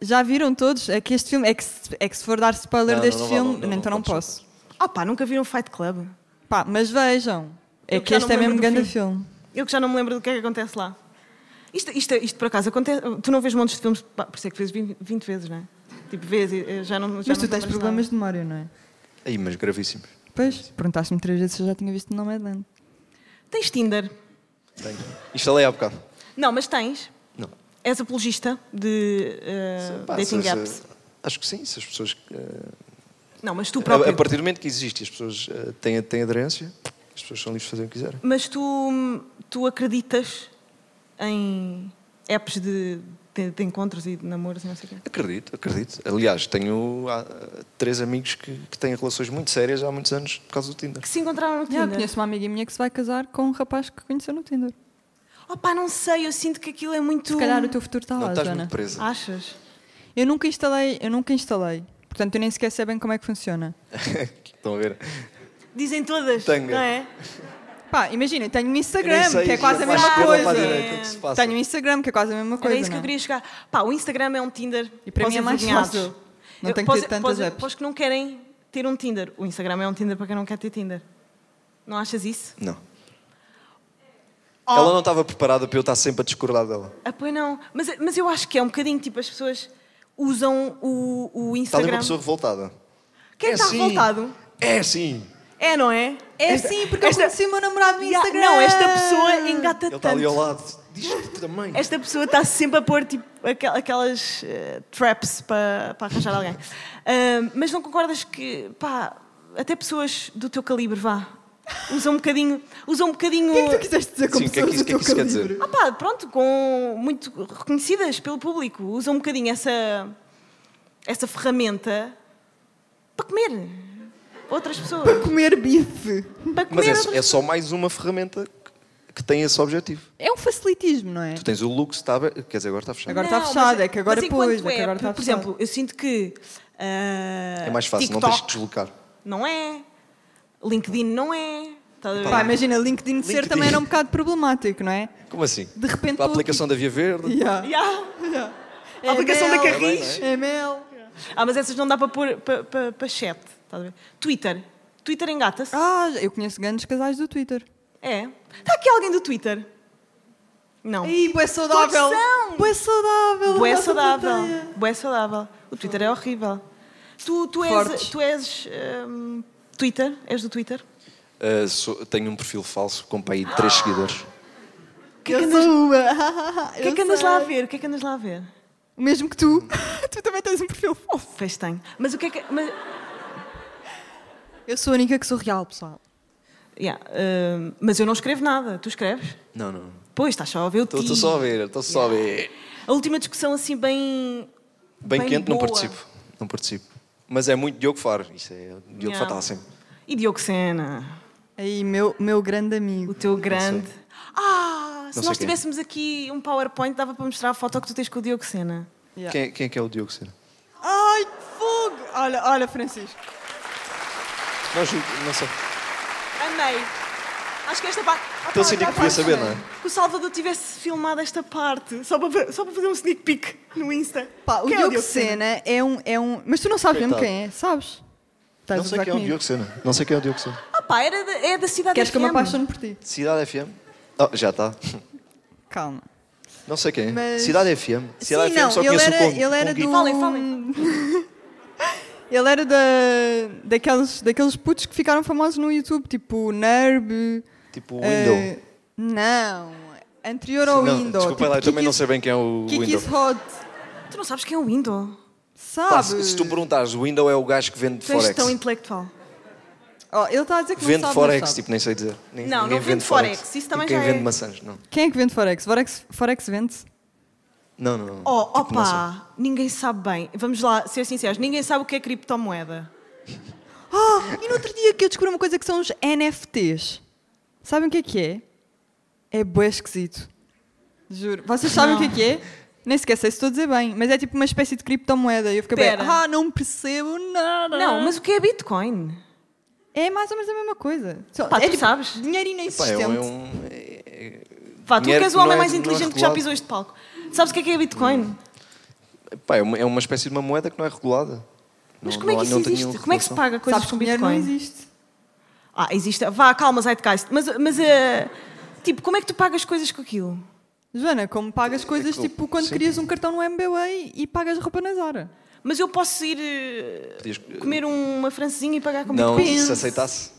Já viram todos? É que este filme. É que se, é que se for dar spoiler
Não, não,
deste
não vale,
filme,
não, não,
então
não
não
vamos
posso.
Opá, nunca viram Fight Club?
Pá, mas vejam. É
Eu
que
já não
este é
me lembro
mesmo
do
grande
fim.
filme.
Eu que já não me lembro do que é que acontece lá. Isto, isto, isto por acaso, acontece, tu não vês montes de filmes, pá, por isso é que vês 20, 20 vezes, não é? Tipo, vês e eh, já não já
Mas
não
tu
te
tens
lembras de
problemas de memória, não é?
Aí, mas gravíssimo.
Pois, perguntaste-me três vezes se eu já tinha visto Nomadland.
nada. Tens Tinder?
Tenho. Instalei há bocado.
Não, mas tens.
Não.
És apologista de eh,
Pá,
dating
se-
apps.
se- Acho que sim, se as pessoas. eh,
Não, mas tu
a,
próprio.
a partir do momento que existe e as pessoas eh, têm, têm aderência, as pessoas são livres de fazer o que quiserem.
Mas tu, tu acreditas em apps de, de- de encontros e de namoros e não sei o quê?
Acredito, acredito. Aliás, tenho ah, ah, três amigos que, que têm relações muito sérias há muitos anos por causa do Tinder.
Que se encontraram no
Já,
Tinder.
conheço uma amiga minha que se vai casar com um rapaz que conheceu no Tinder.
Oh pá, não sei, eu sinto que aquilo é muito.
Se calhar o teu futuro está
Não
lá,
estás
Joana. Ah.
muito presa.
Achas?
Eu nunca instalei, eu nunca instalei. Portanto, eu nem sequer sei bem como é que funciona.
Estão a ver?
Dizem todas,
Tanga.
não é?
Pá, imagina, tenho um
Eu nem
Instagram,
sei
que é
se
quase a
vai
mesma
para a
coisa.
direita, o que se passa.
Tenho um Instagram, que é quase a mesma
Era
coisa.
isso que eu
não?
queria chegar. Pá, o Instagram é um Tinder.
E para
para os
mim é mais
envergonhados.
fácil. Não
Eu-
tenho que
para os-
ter tantas
para os-
apps.
Para os que não querem ter um Tinder, o Instagram é um Tinder para quem não quer ter Tinder. Não achas isso?
Não.
Oh.
Ela não estava preparada para eu estar sempre a discordar dela.
Ah, pois não. Mas, mas eu acho que é um bocadinho tipo as pessoas usam o, o
Estás Tá uma
Instagram.
pessoa assim. revoltada.
Quem está
sim.
revoltado?
É sim.
É, não é?
É sim, porque eu conheci o meu namorado no
Ya,
Instagram.
Não, esta pessoa engata
Ele está ali ao
tanto. É
lado. Diz-me também.
Esta pessoa está sempre a pôr tipo, aquel- aquelas eh, traps para para arranjar alguém. Ahm, mas não concordas que, pá, até pessoas do teu calibre, vá, usam um bocadinho. Usam um bocadinho.
O que é que tu quiseste dizer com
Sim, o que é que
pessoas
isso-
do
o que é
teu
que isso quer dizer?
calibre?
Ah pá, pronto, com muito reconhecidas pelo público, usam um bocadinho essa essa ferramenta para comer outras pessoas,
Comer bife.
para comer
Mas é,
outras
é só mais uma ferramenta que, que tem esse objetivo.
É um facilitismo, não é?
Tu tens o luxo, está aberto. Quer dizer, agora está fechado.
Agora está fechado,
mas-
é que agora
mas enquanto
pôs, é que
app,
agora está
Por
fechado.
exemplo, eu sinto que. ah,
é mais fácil, não tens que
TikTok
deslocar.
não é. LinkedIn não é. Tá a ver?
Pá, imagina, LinkedIn de ser
LinkedIn.
também era um bocado problemático, não é?
Como assim?
De repente
Para a
tô
aplicação da Via Verde.
Yeah.
Yeah.
É
A aplicação da
mel,
Carris.
É mel.
Ah, mas essas não dá para pôr para, para, para chat. tá a ver? Twitter. Twitter engata-se.
Ah, eu conheço grandes casais do Twitter.
É. Está aqui alguém do Twitter? Não.
Ih, bué saudável.
Todos são.
Bué saudável.
Boé
nossa
saudável.
plateia.
Boé saudável. O Twitter é horrível. Tu, tu és.
Fortes.
Tu és hum, Twitter? És do Twitter?
Ah, sou- tenho um perfil falso com para aí três seguidores.
que é que
eu
andas-
sou uma.
O que é que andas lá a ver? O que é que andas lá a ver?
O mesmo que tu. tu também tens um perfil fofo.
Pois tenho. Mas o que é que. mas-
Eu sou a única que sou real, pessoal.
Yeah, hum, mas eu não escrevo nada. Tu escreves?
Não, não.
Pois, estás só a ver o
Estou
ti.
estou só a ver, estou só a ver.
A última discussão, assim, bem.
Bem, quente, não
boa.
participo. Não participo. Mas é muito Diogo Faro. Isso é o Diogo
Yeah.
Faro está sempre.
E Diogo Sena,
Aí, meu, meu grande
o
amigo.
teu grande. Ah, se
Não sei
nós
quem é.
tivéssemos aqui um PowerPoint, dava para mostrar a foto que tu tens com o Diogo Sena.
Yeah.
Quem, quem é que é o Diogo Sena?
Ai, que fogo! Olha, olha, Francisco.
Não, juro, não sei.
Amei. Acho que esta parte. Ah, pá,
Aquele sítio
já
Então que podia
faz-
saber, não é?
Que o Salvador tivesse filmado esta parte, só para, fa- só para fazer um sneak peek no Insta.
Pá, o
Quem é
Diogo Sena é um, é um. Mas tu não sabes mesmo
Coitado.
quem é, sabes? Estás a
Não sei
gozar
quem é o
comigo.
Diogo Sena. Não sei quem é o Diogo Sena.
Ah, pá, era da- é da cidade
Queres que eu me
FM.
apaixone por ti?
Cidade FM? Ah, já está.
Calma.
Não sei quem é.
Mas-
Cidade FM. Cidade
Sim,
FM
não,
só
ele
conheço
era,
o Congo.
ele era
Congo
do...
Falem, falem.
Ele era da, daqueles, daqueles putos que ficaram famosos no YouTube, tipo Nerb...
Tipo o
eh,
Window.
não, anterior ao
Não,
Window.
Desculpa
tipo
lá, eu também não
Kiki's-
sei bem quem é o Window.
Kiki's Hot,
Tu não sabes quem é o Window?
Pá,
sabe?
se, se tu perguntares, o Window é o gajo que vende
Tu és
Forex. Tipo
tão intelectual.
Oh, ele está a dizer que não
Vende
sabe,
Forex,
não sabe.
tipo, nem sei dizer. Nem-
Não,
ninguém
não vende Forex, isso também
Ninguém
já é-
vende maçãs, não.
Quem é que vende Forex? Forex, Forex vende?
Não, não. não.
Oh,
Tipo, não sei.
opa, ninguém sabe bem. Vamos lá, ser sinceros, ninguém sabe o que é criptomoeda.
Ah, e no outro dia que eu descobri uma coisa que são os NFTs. Sabem o que é que é? É bué esquisito. Juro. Vocês sabem o que é que é? Nem sequer sei se estou a dizer bem, mas é tipo uma espécie de criptomoeda. E eu fiquei bem,
Pera.
ah, não percebo nada.
Não, mas o que é Bitcoin?
É mais ou menos a mesma coisa. Só-
Pá,
é
tu sabes?
Dinheiro
Pá, é
inexistente.
um- é um-
Vá, tu que
Dinheiro
és
que
o
não
homem
é-
mais
não é
inteligente que já
regulado.
pisou este palco. Sabes o que é que é Bitcoin?
pá, é, uma, é uma espécie de uma moeda que não é regulada.
Mas
Não-
como é que
não há-
isso
não tenho
existe? Como é que se
regulação.
paga coisas
Sabes que
com
o dinheiro não
Bitcoin?
existe.
Ah, existe. Vá, calma, Zeitgeist. Mas, mas eh, tipo, como é que tu pagas coisas com aquilo?
Joana, como pagas coisas
que eu-
tipo quando
É sim. Ah,
crias um cartão no MBA e pagas roupa na Zara.
Mas eu posso ir eh,
Podias-
comer uma francesinha e pagar com
Não,
Bitcoin?
se aceitasse.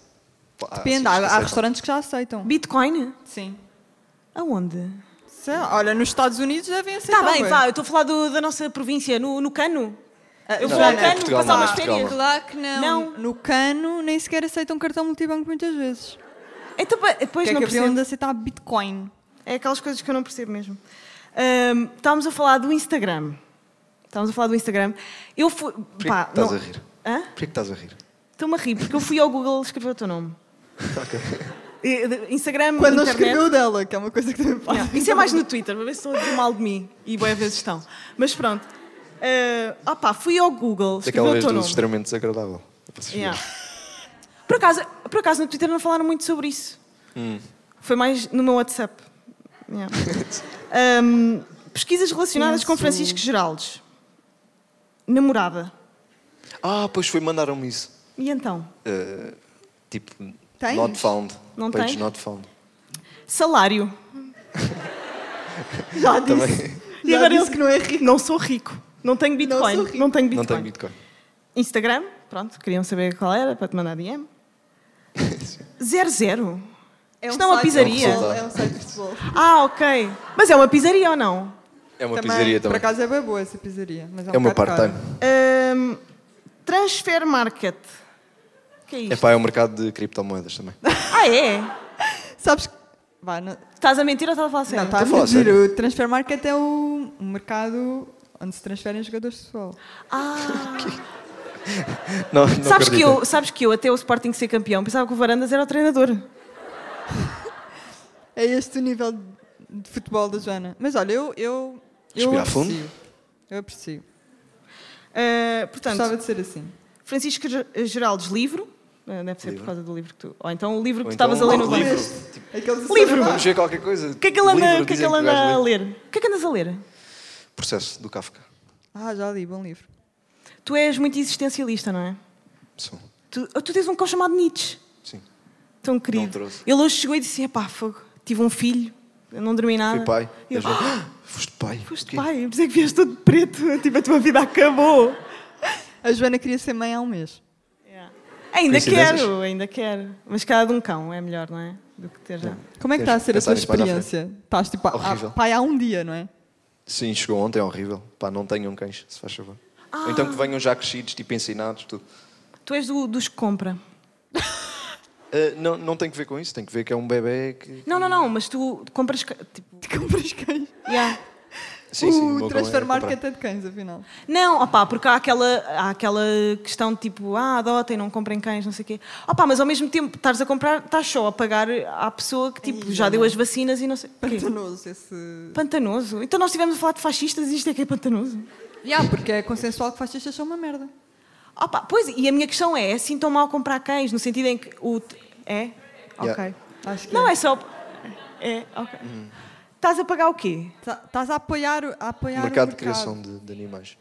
Pá,
Depende,
se
há, há
aceitasse.
restaurantes que já aceitam.
Bitcoin?
Sim.
Aonde?
Sei lá, olha, nos Estados Unidos devem aceitar.
Está Tá bem,
bué.
vá, eu estou a falar do- da nossa província, no, no cano. Eu
não,
vou ao
não,
cano
Portugal
passar
não, é
umas
Portugal
férias.
Claro que não.
Não.
No cano nem sequer aceitam cartão multibanco muitas vezes.
Então, pa- depois
Porque é
não
que
percebo.
haviam de aceitar Bitcoin?
É aquelas coisas que eu não percebo mesmo. Ahm, estávamos a falar do Instagram. Estávamos a falar do Instagram. Eu fui.
Porquê
pá,
que estás
não-
a rir?
Hã?
Porquê que estás a rir?
Estou-me a rir, porque eu fui ao Google escrever o teu nome. Eh, de- Instagram, internet.
dela, que é uma coisa que também faz.
Não, isso é mais no Twitter, para ver se estão a dizer mal de mim. E boas vezes estão. Mas pronto. Ah, opá, fui ao Google escrever
Daquela
o
vez
teu
do
nome.
extremamente desagradável. Vocês
Yeah. Por, acaso, por acaso no Twitter não falaram muito sobre isso.
Hum.
Foi mais no meu WhatsApp. Yeah. Ahm, pesquisas relacionadas com Francisco Geraldes. Namorada.
Ah, pois foi, mandaram-me isso.
E então?
Eh, tipo,
Tens?
not found.
Não
Page
tens?
not found.
Salário. Já disse. E
Já
agora
disse
eu
que não é rico.
Não sou rico. Não tenho Bitcoin.
sou
Não,
rico.
tenho
Não
Bitcoin.
tem Bitcoin.
Instagram, pronto, queriam saber qual era para te mandar DM. zero zero.
É
Isto é uma
site-
pizzaria.
É um resultado.
É um site de futebol.
Ah, ok. Mas é uma pizzaria ou não?
É uma
Também,
pizzaria
Por
também.
acaso é bem boa essa pizzaria. Mas é, um
é o meu
bocado cara.
part-time.
Ahm, transfer market. que é
É
isto?
pá, é um mercado de criptomoedas também.
Ah, é?
Sabes que. Vá, não,
Estás a mentir ou estás a falar sério?
não está a
Estou a falar
mentir.
Então sério.
O transfer market é o mercado onde se transferem jogadores de futebol.
Ah.
Não, não
sabes, que
acredito.
eu, sabes que eu, até o Sporting ser campeão, pensava que o Varandas era o treinador.
É este o nível de futebol da Joana. Mas olha, eu. eu, eu
Respira
aprecio.
fundo.
Eu aprecio.
Ah, portanto,
Gostava de ser assim.
Francisco Ger- Geraldes, livro. Ah, Deve ser por causa do livro que tu. Ou então o livro que
Ou
tu estavas
então
a ler no
um livro.
livro.
Tipo,
Aqueles
Livro.
vamos ver qualquer coisa.
O que é que ele anda,
Livro,
o que é que
dizem
ele
o gajo
anda a
lê.
ler? O que é que andas a ler?
Processo do Kafka.
Ah, já li, bom livro.
Tu és muito existencialista, não é?
Sou.
Tu, oh, tu tens um cão chamado Nietzsche.
Sim.
Tão querido.
Não trouxe.
Ele hoje chegou e disse: pá, fogo, tive um filho, eu não dormi nada.
Fui pai.
E Eu,
Desde-
ah,
Foste pai.
foste
Ok.
pai, por isso é que vieste todo preto, tipo, a tua vida acabou.
A Joana queria ser mãe há um mês.
Ainda
Coincidências?
quero, ainda quero. Mas cada de um cão é melhor, não é? Do que ter já.
Como é que está
Tens
a ser a
de pensar
tua
nisso mais à
experiência? Estás tipo, a,
Horrível.
a, pai há um dia, não é?
Sim, chegou ontem, é horrível. Pá, não tenham cães, se faz favor.
Ah.
Ou então que venham já crescidos, tipo ensinados, tudo.
Tu és do- dos que compra.
Ah, não, não tem que ver com isso, tem que ver que é um bebê que.
Não, não, não, mas tu compras. ca- Tipo,
Te compras cães.
yeah.
Sim,
Uh,
sim, o meu
o
cão é
transfer
comprar.
market é de cães, afinal.
Não, opá, porque há aquela, há aquela questão de tipo, ah, adotem, não comprem cães, não sei o quê. Opá, mas ao mesmo tempo estás a comprar, estás só a pagar à pessoa que tipo, já deu as vacinas e não sei. Quê?
Pantanoso esse.
Pantanoso? Então nós estivemos a falar de fascistas e isto é que é pantanoso?
Yeah, porque é consensual que fascistas são uma merda.
Opá, pois, e a minha questão é, é assim tão mal comprar cães, no sentido em que o... É?
Yeah.
Ok.
Acho que Hum.
Não, é só... É, ok. Estás a pagar o quê?
Tá- Estás a apoiar, o- a apoiar
O
o
mercado de criação de, de animais.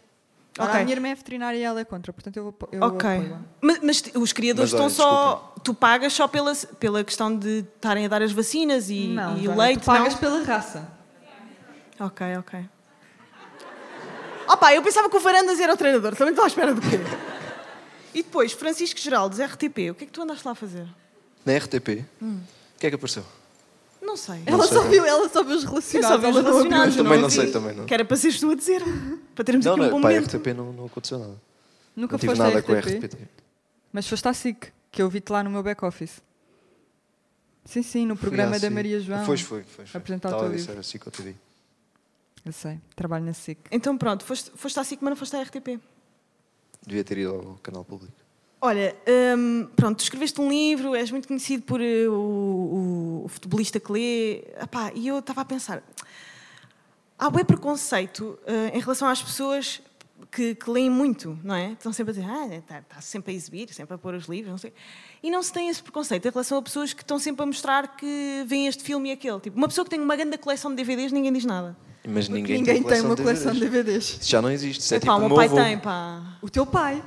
Ora,
Ok.
A minha irmã é veterinária e ela é contra, portanto eu vou apo- eu
Ok.
apoio-a.
Mas, mas t- os criadores
Mas olha,
estão só... Tu pagas só pela, pela questão de estarem a dar as vacinas e, e
Joana,
o leite,
tu pagas
não?
pela raça.
Ok, ok. Opá, eu pensava que o Varandas era o treinador. Também estou à espera do quê? E depois, Francisco Geraldes, RTP. O que é que tu andaste lá a fazer?
Na RTP, o que é que apareceu?
Não sei.
Ela
sei.
só, viu, ela só viu os
Eu só
relacionados.
vi os
ela não abriu.
relacionados.
Também não
vi.
sei, também não.
Que era para seres tu a dizer. Para termos
Não,
aqui um bom
não, pá, é a
momento.
RTP não, não aconteceu nada.
Nunca
Não tive
foste à
nada
RTP,
com a RTP.
mas foste à SIC, que eu vi-te lá no meu back-office. Sim, sim, no programa da Maria João.
Pois foi, foi. foi.
Apresentar o
Estava
teu
a
livro.
dizer, a SIC ou TV.
Eu sei, trabalho na SIC.
Então pronto, foste, foste à SIC, mas não foste à RTP.
Devia ter ido ao canal público.
Olha, hum, pronto, tu escreveste um livro, és muito conhecido por eh, o, o- o futebolista que lê. Epá, e eu estava a pensar, há bem preconceito eh, em relação às pessoas que, que leem muito, não é? Estão sempre a dizer, ah, está sempre a exibir, sempre a pôr os livros, não sei. E não se tem esse preconceito em relação a pessoas que estão sempre a mostrar que vêem este filme e aquele. Tipo, uma pessoa que tem uma grande coleção de DVDs, ninguém diz nada.
Mas ninguém,
Ninguém tem uma
de
coleção de
DVDs.
DVDs.
Isso já não existe. Isso é
Epá,
tipo
o meu
meu
pai
avô.
tem, pá.
O teu pai.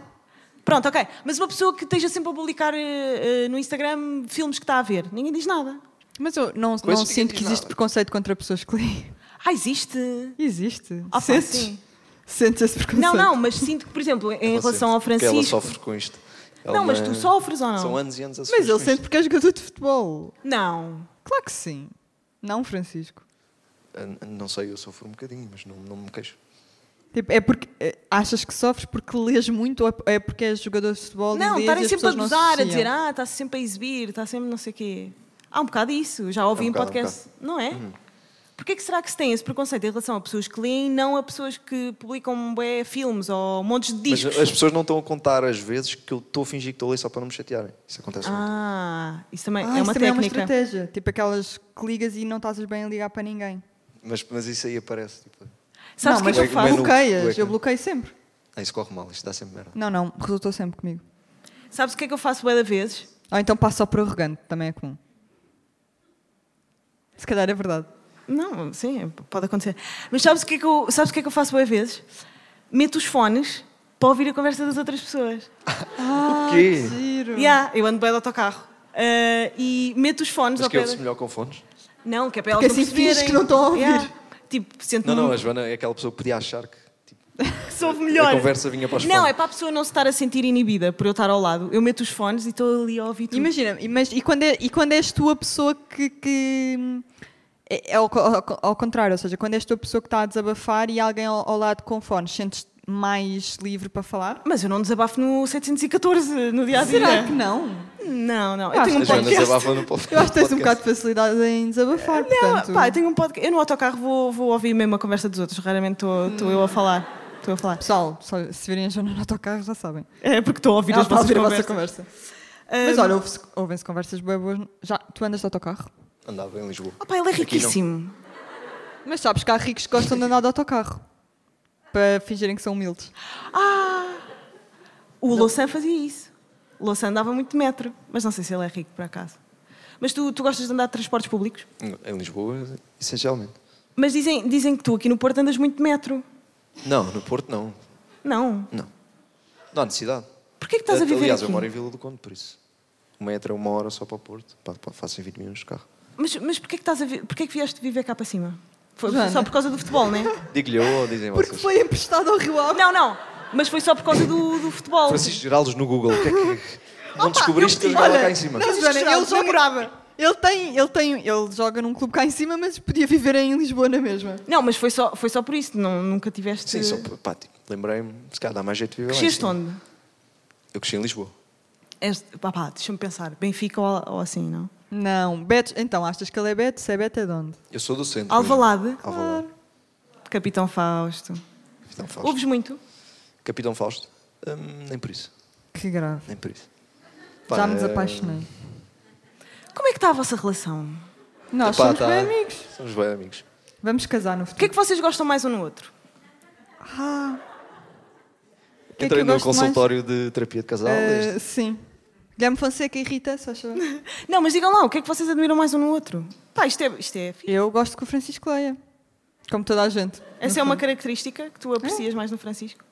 Pronto, ok. Mas uma pessoa que esteja sempre a publicar eh, eh, no Instagram filmes que está a ver, ninguém diz nada.
Mas eu não,
Mas
não
ninguém
sinto
diz
que existe
nada.
preconceito contra pessoas que leem.
Ah, existe.
Existe.
Ah, pá,
Sentes?
sim.
Sentes esse preconceito?
Não, não, mas sinto que, por exemplo, em
Ela
relação
sente
ao
que Ela
Francisco.
sofre com isto. Ela
Não, mas
é-
tu sofres ou
São
não?
anos e anos a sofrer
Mas ele
com
sente porque é jogador de futebol.
Não.
Claro que sim. Não, Francisco.
isto. Ah, Não sei, eu sofro um bocadinho, mas não, não me queixo.
Tipo, é porque é, achas que sofres porque lês muito ou é porque és jogador de futebol e
Não,
lês
estarem
e as
sempre a
pessoas não
gozar, a
associam?
dizer, ah, está sempre a exibir, está sempre não sei o quê. Há um bocado isso. Já ouvi
É um
em
bocado, Uhum.
podcast. não é? Porquê que será que se tem esse preconceito em relação a pessoas que leem e não a pessoas que publicam bué filmes ou montes de
Mas
discos?
as pessoas não estão a contar as vezes que eu estou a fingir que estou a ler só para não me chatearem. Isso acontece muito.
Ah, isso também
Ah,
é
isso
uma
também é uma
técnica.
estratégia. Tipo aquelas que ligas e não estás bem a ligar para ninguém.
Mas, mas isso aí aparece. Tipo,
Sabes o
não,
que é que
mas
eu
é- como é
faço?
no-
bloqueias.
no-
Eu bloqueio sempre.
ah, isso corre mal, isto dá sempre merda.
Não, não. Resultou sempre comigo.
Sabes o que é que eu faço bué da vezes?
Ou então passo só por arrogante. Também é comum. Se calhar é verdade.
Não, sim, pode acontecer. Mas sabes o que é que eu, sabes o que é que eu faço boas vezes? Meto os fones para ouvir a conversa das outras pessoas.
Ah,
quê?
giro.
Yeah, eu ando bem de autocarro. Ah, e meto os fones
Mas
ao
que é
pé
ouve-se
da-
melhor com fones?
Não, que é para elas
Porque assim
perceberem.
finges que não estão a ouvir.
Yeah. Tipo, sento-me
Não, não, a Joana é aquela pessoa que podia achar que tipo,
que se ouve
a
melhor.
conversa vinha para os
Não,
fones.
é para a pessoa não se estar a sentir inibida por eu estar ao lado. Eu meto os fones e estou ali a ouvir tudo.
Imagina, e- mas e quando, é- e quando és tu a pessoa que. que, hum, é, é ao, co- ao co- ao contrário, ou seja, quando és tu a pessoa que está a desabafar e alguém ao, ao lado com fones, sentes mais livre para falar?
Mas eu não desabafo no 714, no dia a dia.
Será que não?
Não, não.
Ah,
Eu tenho um
A Joana
podcast.
desabafa no podcast.
Eu acho que tens um bocado de facilidade em desabafar, portanto.
Não, pá, eu tenho um podcast. Eu no autocarro vou, vou ouvir mesmo a conversa dos outros. Raramente estou estou eu a falar. Estou a falar.
Pessoal, só- se virem a Joana no autocarro já sabem.
É porque estou a ouvir
Ela
as
está a
vossas
ouvir a vossa
conversas.
conversa.
Ah,
Mas olha, ouve-se- ouvem-se conversas bem boas. Já, tu andas de autocarro?
Andava em Lisboa.
opá, ele é
Aqui não.
riquíssimo.
Mas sabes que há ricos que gostam de andar de autocarro para fingirem que são humildes.
Ah, O Louçã fazia isso. O Louçã andava muito de metro. Mas não sei se ele é rico, por acaso. Mas tu, tu gostas de andar de transportes públicos?
Em Lisboa, essencialmente.
Mas dizem, dizem que tu aqui no Porto andas muito de metro.
Não, no Porto não.
Não.
Não. Não há necessidade.
Porquê que estás a viver
Aliás,
aqui?
eu moro em Vila do Conde, por isso. Um metro é uma hora só para o Porto. Pá, pá, faço em 20 minutos de carro.
Mas, mas porquê, que estás a vi... porquê que vieste viver cá para cima? Foi
Joana.
só por causa do futebol, não é?
Digo-lhe eu ou dizem
Porque
vocês?
foi emprestado ao Rio Ave.
Não, não. Mas foi só por causa do, do futebol.
Francisco Geraldos no Google. O que é que... Não descobriste que ele jogava cá em cima?
Não, Joana, ele joga... Ele tem, ele tem, ele joga num clube cá em cima, mas podia viver em Lisboa na mesma.
Não, mas foi só, foi só por isso. Não, nunca tiveste.
Sim, só p- pá, tipo, lembrei-me. Se calhar dá mais jeito de viver lá em
Cresceste
cima.
onde?
Eu cresci em Lisboa.
Este... Pá, pá, deixa-me pensar. Benfica ou, ou assim, não?
Não, Beto, então achas que ele é Beto? Se é Beto é de onde?
Eu sou do centro.
Alvalade.
mesmo. Alvalade.
Capitão Fausto.
Capitão Fausto.
Ouves muito?
Capitão Fausto. Hum, nem por isso.
Que grave.
Nem por isso.
Já
Pá,
me
eh,
desapaixonei.
Como é que está a vossa relação?
Nós
epá,
somos
tá.
bem amigos. é
Somos bem amigos.
Vamos casar no
O que
futuro.
é que vocês gostam mais um no outro?
Ah, O que é que
Entrei
eu
no
gosto mais?
consultório de terapia de casal.
Eh,
este-
sim. Guilherme Fonseca e Rita, só achou?
Não, mas digam lá, o que é que vocês admiram mais um no outro? Pá, isto é. Isto é fixe.
Eu gosto que o Francisco leia. Como toda a gente.
Essa é uma característica que tu aprecias mais no Francisco?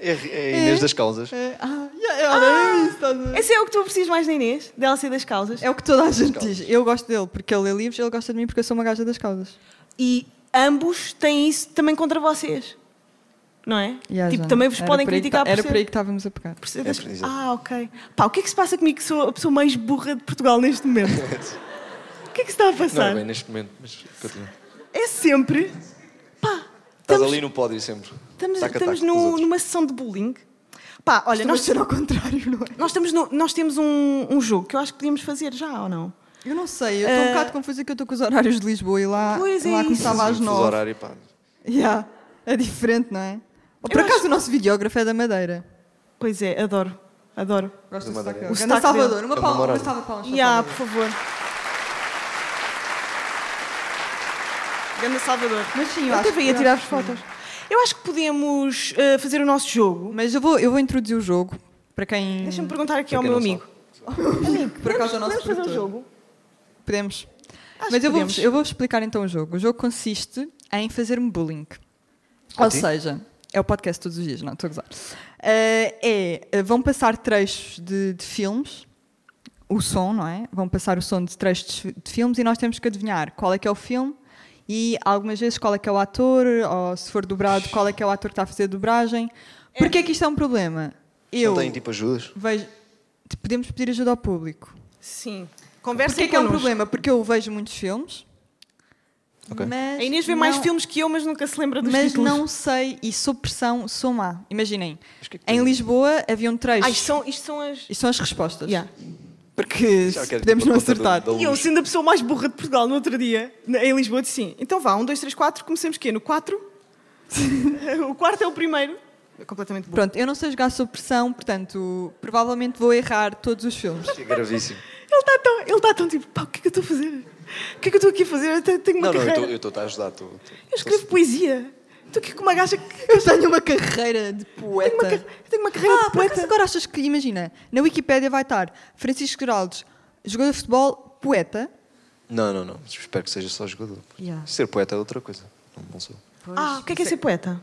É, é Inês das Causas.
É, ah, é, olha, é isso, estás a ver?
Esse é o que tu aprecias mais na Inês? Dela ser das causas?
É o que toda a gente diz. Eu gosto dele porque ele lê livros, ele gosta de mim porque eu sou uma gaja das causas.
E ambos têm isso também contra vocês. Não é?
Yeah,
tipo,
já.
também vos
Era
podem
por aí que
criticar
tá- Era
por
por aí
ser...
que estávamos a pegar.
por ser
É,
das-
por exemplo.
ah, ok. Pá, o que é que se passa comigo que sou a pessoa mais burra de Portugal neste momento? o que é que se está a
Não é
passar?
bem neste momento, mas continua.
é sempre. Pá,
Estás
estamos,
ali no pódio sempre.
estamos, estamos
Taca, taca, com os
no-
outros.
numa sessão de bullying. Pá, olha,
Mas
nós,
ser ao contrário, não é?
nós, estamos no- nós temos um, um jogo que eu acho que podíamos fazer já ou não?
Eu não sei, eu estou um bocado confusa que eu estou com os horários de Lisboa e lá,
Eh, Pois é
lá
isso.
começava às
Fuso
nove.
horário, pá.
Yeah, é diferente, não é? Ou por
Eu
acaso
acho-
o nosso videógrafo é da Madeira.
Pois é, adoro. Adoro.
Gosto
Da
do sotaque
Madeira.
dele.
O
Ganda
sotaque dele.
Salvador, uma
É
palma, uma
memorável.
salva de palmas. só
Ya,
para
por
ele.
favor. Ganda Salvador.
Mas sim, eu
Eu
acho
até
que-
ia
eu
tirar as
acho que-
fotos. Eu acho que podemos eh, fazer o nosso
Hum.
jogo.
Mas eu vou, eu vou introduzir o jogo para quem.
Deixa-me perguntar aqui
Para
ao
quem
meu
não
amigo.
Por acaso é o nosso
Podemos fazer um
produtor.
jogo?
Podemos.
Acho
Mas
que
eu vou,
podemos.
eu vou explicar então o jogo. O jogo consiste em fazer-me bullying. Ou seja, é o podcast todos os dias, não estou a gozar. Eh, é, eh, vão passar trechos de, de filmes, o som, não é? Vão passar o som de trechos de, de filmes e nós temos que adivinhar qual é que é o filme e algumas vezes qual é que é o ator, ou se for dobrado, qual é que é o ator que está a fazer a dobragem. Porquê é que isto é um problema? Eu
Não têm tipo ajudas?
vejo. Podemos pedir ajuda ao público.
Sim.
Porquê
Conversem
é que é um
connosco.
problema? Porque eu vejo muitos filmes.
Ok.
Mas
A Inês vê mais
não-
filmes que eu, mas nunca se lembra dos
Mas
títulos.
não sei, e sob pressão sou má. Imaginem,
Mas o que é que
em
tem?
Lisboa havia um trecho.
Ah, isto são, isto são as...
E são as respostas.
Ya.
Porque
Já
se
quero
podemos
tipo a
não
conta do-
acertar.
da luz.
E eu, sendo a pessoa mais burra de Portugal no outro dia, na- em Lisboa, disse sim. Então vá, um, dois, três, quatro. Comecemos quê? No quatro? o quarto é o primeiro. É completamente burro.
Pronto, eu não sei jogar sob pressão, portanto, provavelmente vou errar todos os filmes.
Isto é gravíssimo.
Ele está tão, ele tá tão tipo, pá, o que é que eu estou a fazer? O que é que eu estou aqui a fazer? Eu te- tenho uma
Não, não,
carreira.
eu
eu,
estou a ajudar. Tô, tô-
escrevo poesia. Estou aqui com uma gaja que...
Eu tenho uma carreira de
Tenho uma,
poeta.
car- eu tenho uma carreira
Ah,
de
por acaso
poeta.
agora achas que, imagina, na Wikipédia vai estar Francisco Geraldes, jogador de futebol, poeta,
Não, não, não. Espero que seja só jogador.
Yeah.
Ser poeta é outra coisa. Não, não sou.
Pois.
Ah, o que é que é ser poeta?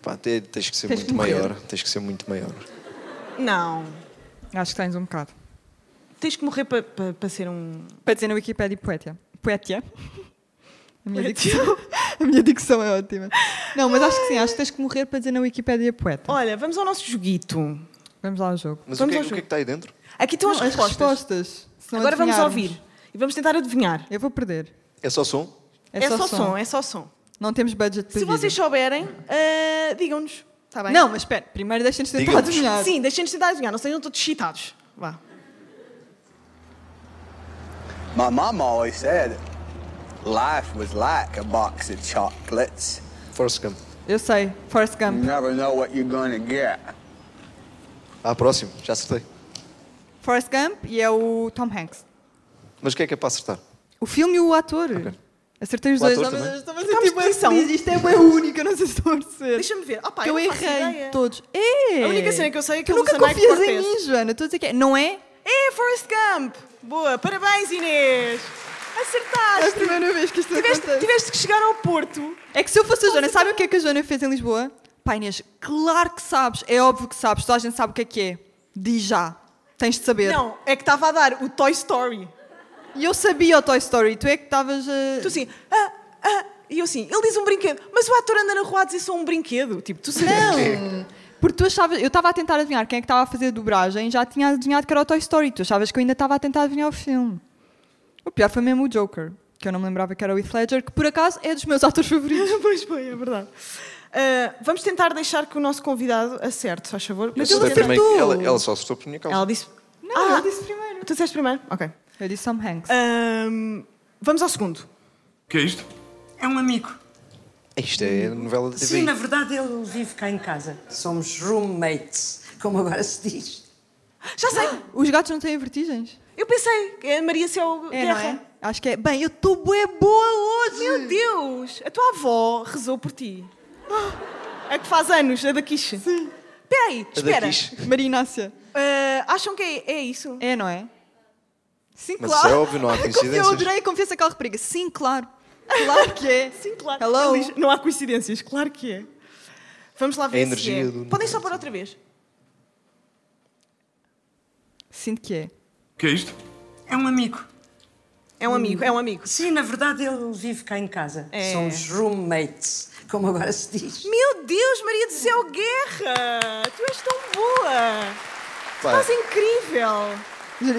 Pá, te- tens que ser
Tens
muito
que morrer.
maior. Tens que ser muito maior.
Não.
Acho que tens um bocado.
Tens que morrer para pa, pa ser um.
Para dizer na Wikipédia poétia. Poétia. A minha, dicção, a minha dicção é ótima. Não, mas acho que sim, acho que tens que morrer para dizer na Wikipédia poeta.
Então, Olha, vamos ao nosso joguito.
Vamos lá ao jogo.
Mas o
Vamos
que, é,
ao
o que é
jogo.
que está aí dentro?
Aqui estão as
Não,
respostas.
respostas. se não
Agora vamos
adivinharmos.
ouvir e vamos tentar adivinhar.
Eu vou perder.
É só som?
É, só, som.
é só som.
Não temos budget para
Se vocês
vídeo.
souberem, ah, digam-nos. Está bem?
Não, mas espera, primeiro deixem-nos tentar
Digam-nos.
adivinhar.
Sim, deixem-nos tentar adivinhar, não sejam todos excitados. Vá.
My mom always said life was like a box of chocolates.
Forrest Gump.
Eu sei, Forrest
You
Gump.
never know what you're gonna get.
Ah, próximo. Já acertei.
Forrest Gump e é o Tom Hanks.
Mas o que é que é para acertar?
O filme e o ator. Acertei os
O
dois.
ator
Ah, mas
também?
eu estava a
Estamos de
ser
posição.
tipo, isto é bem única, não sei se estou a perceber.
Deixa-me ver. Ah, pá,
Que eu
não faço
errei
ideia.
todos. É.
A única cena que eu sei é que
tu
ele
nunca
usa Nike
confias em
Cortez.
mim, Joana. Estou a dizer que é. Não é?
É, Forrest Gump! Boa, parabéns Inês!
É a
Acertaste!
primeira vez que isto
Tiveste,
acontece.
tiveste que chegar ao Porto.
É que se eu fosse a Joana, sabe o que é que a Joana fez em Lisboa? Pá, Inês, claro que sabes. É óbvio que sabes. Toda a gente sabe o que é que é. Diz já. Tens de saber.
Não, é que estava a dar o Toy Story.
E eu sabia o Toy Story. Tu é que estavas a...
Tu assim, ah, ah, e eu assim, ele diz um brinquedo, mas o ator anda na rua a dizer só um brinquedo. Tipo, tu sabes.
Não! Porque tu achavas... Eu estava a tentar adivinhar quem é que estava a fazer a dobragem e já tinha adivinhado que era o Toy Story. Tu achavas que eu ainda estava a tentar adivinhar o filme. O pior foi mesmo o Joker. Que eu não me lembrava que era o Heath Ledger. Que, por acaso, é dos meus atores favoritos.
Pois bem, é verdade. Ah, vamos tentar deixar que o nosso convidado acerte, se faz favor.
Eu
Mas
acertei
ele
acertou.
acertou.
primeiro. Ela, ela só acertou por minha causa.
Ela disse.
Não,
Ah,
eu disse primeiro.
Tu disseste primeiro? Ok.
Eu disse Tom Hanks.
Ahm, vamos ao segundo.
que é isto?
É um amigo.
Isto é novela da TV.
Sim, na verdade ele vive cá em casa. Somos roommates, como agora se diz.
Já sei!
Os gatos não têm vertigens?
Eu pensei que é a Maria Céu
Ah. É,
Guerra.
não é? Acho que é. Bem, eu estou bué boa hoje!
Meu Deus! A tua avó rezou por ti.
Ah.
É que faz anos, a da Quiche. Sim. Espera aí,
A É da
espera.
Kish.
Marinácia.
Ah, acham que é, é isso?
É, não é? Sim,
Mas
claro.
isso é óbvio, não há coincidências.
Eu adorei a confiança que ela rebriga. Sim, claro. Claro que é.
Sim, claro.
Hello?
Ele diz, não há coincidências, claro que é. Vamos lá ver
É a
se
energia
é.
do-
Podem só pôr outra vez.
Sinto que é.
que é isto?
É um amigo.
É um amigo, é um amigo.
Sim, na verdade ele vive cá em casa.
É.
Somos roommates, como agora se diz.
Meu Deus, Maria do Céu Guerra! Tu és tão boa!
Pá,
Estás incrível!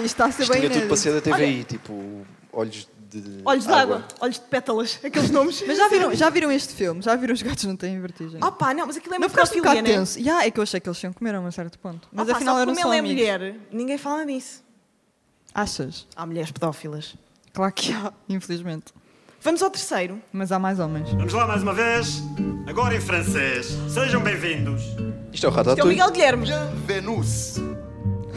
Isto está a ser
isto
bem
tinha tudo
inédito.
para ser da TVI. Tipo, olhos de
Olhos de água, olhos de pétalas, aqueles nomes.
Mas já viram, já viram este filme? Já viram os gatos não têm vertigem?
Oh pá, não, mas aquilo é
não
uma
ficaste um bocado
pedofilia, né?
tenso? Yeah, é que eu achei que eles tinham que comer a um certo ponto. Mas
Oh pá,
afinal
só
eram
como
só
ela
amigos.
é mulher, ninguém fala nisso.
Achas?
Há mulheres pedófilas.
Claro que há, infelizmente.
Vamos ao terceiro.
Ah,
Mas há mais homens.
Vamos lá mais uma vez, agora em francês. Sejam bem-vindos.
Isto
Que é
é o
o
Ratatouille.
Miguel Guilherme.
Venus.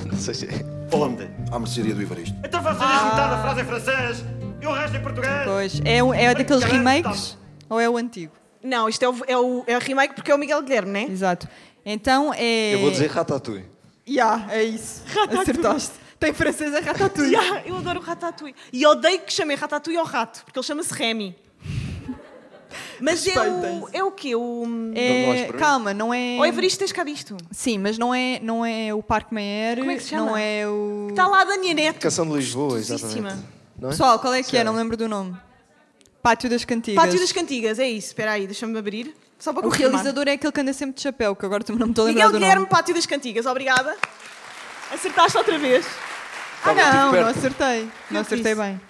Não sei se é.
Onde?
À mercearia do Ivaristo.
Então vocês juntaram a frase em francês e o resto em português.
Pois. É, um- é daqueles remakes ou é o antigo?
Não, isto é o, é o é a remake porque é o Miguel Guilherme, né?
Exato. Então é.
Eu vou dizer Ratatouille.
Ya, é isso. Acertaste. Tem francês é ratatouille.
Ya, eu adoro o Ratatouille. E odeio que chamem Ratatouille ao rato, porque ele chama-se Remy. Mas é o,
Respeitem-se.
é o quê? O,
É-
Não vais por aí?
calma, não é.
o Evaristo tens cá disto.
Sim, mas não é, não é o Parque Meyer.
Como é que se chama?
Não é o.
Está Tá lá a Dania Neto.
Canção de Lisboa,
Gostosíssima.
exatamente. Não é?
Pessoal, qual é que é? Não me lembro do nome. Pátio das Cantigas.
Pátio das Cantigas, é isso. Espera aí, deixa-me abrir. Só para
O
confirmar.
realizador é aquele que anda sempre de chapéu, que agora também não me estou a lembrar
Miguel
do
Guilherme,
nome.
Pátio das Cantigas, obrigada. Acertaste outra vez.
Ah, não,
Estava muito
não
perto.
acertei. Não acertei
é disse.
bem.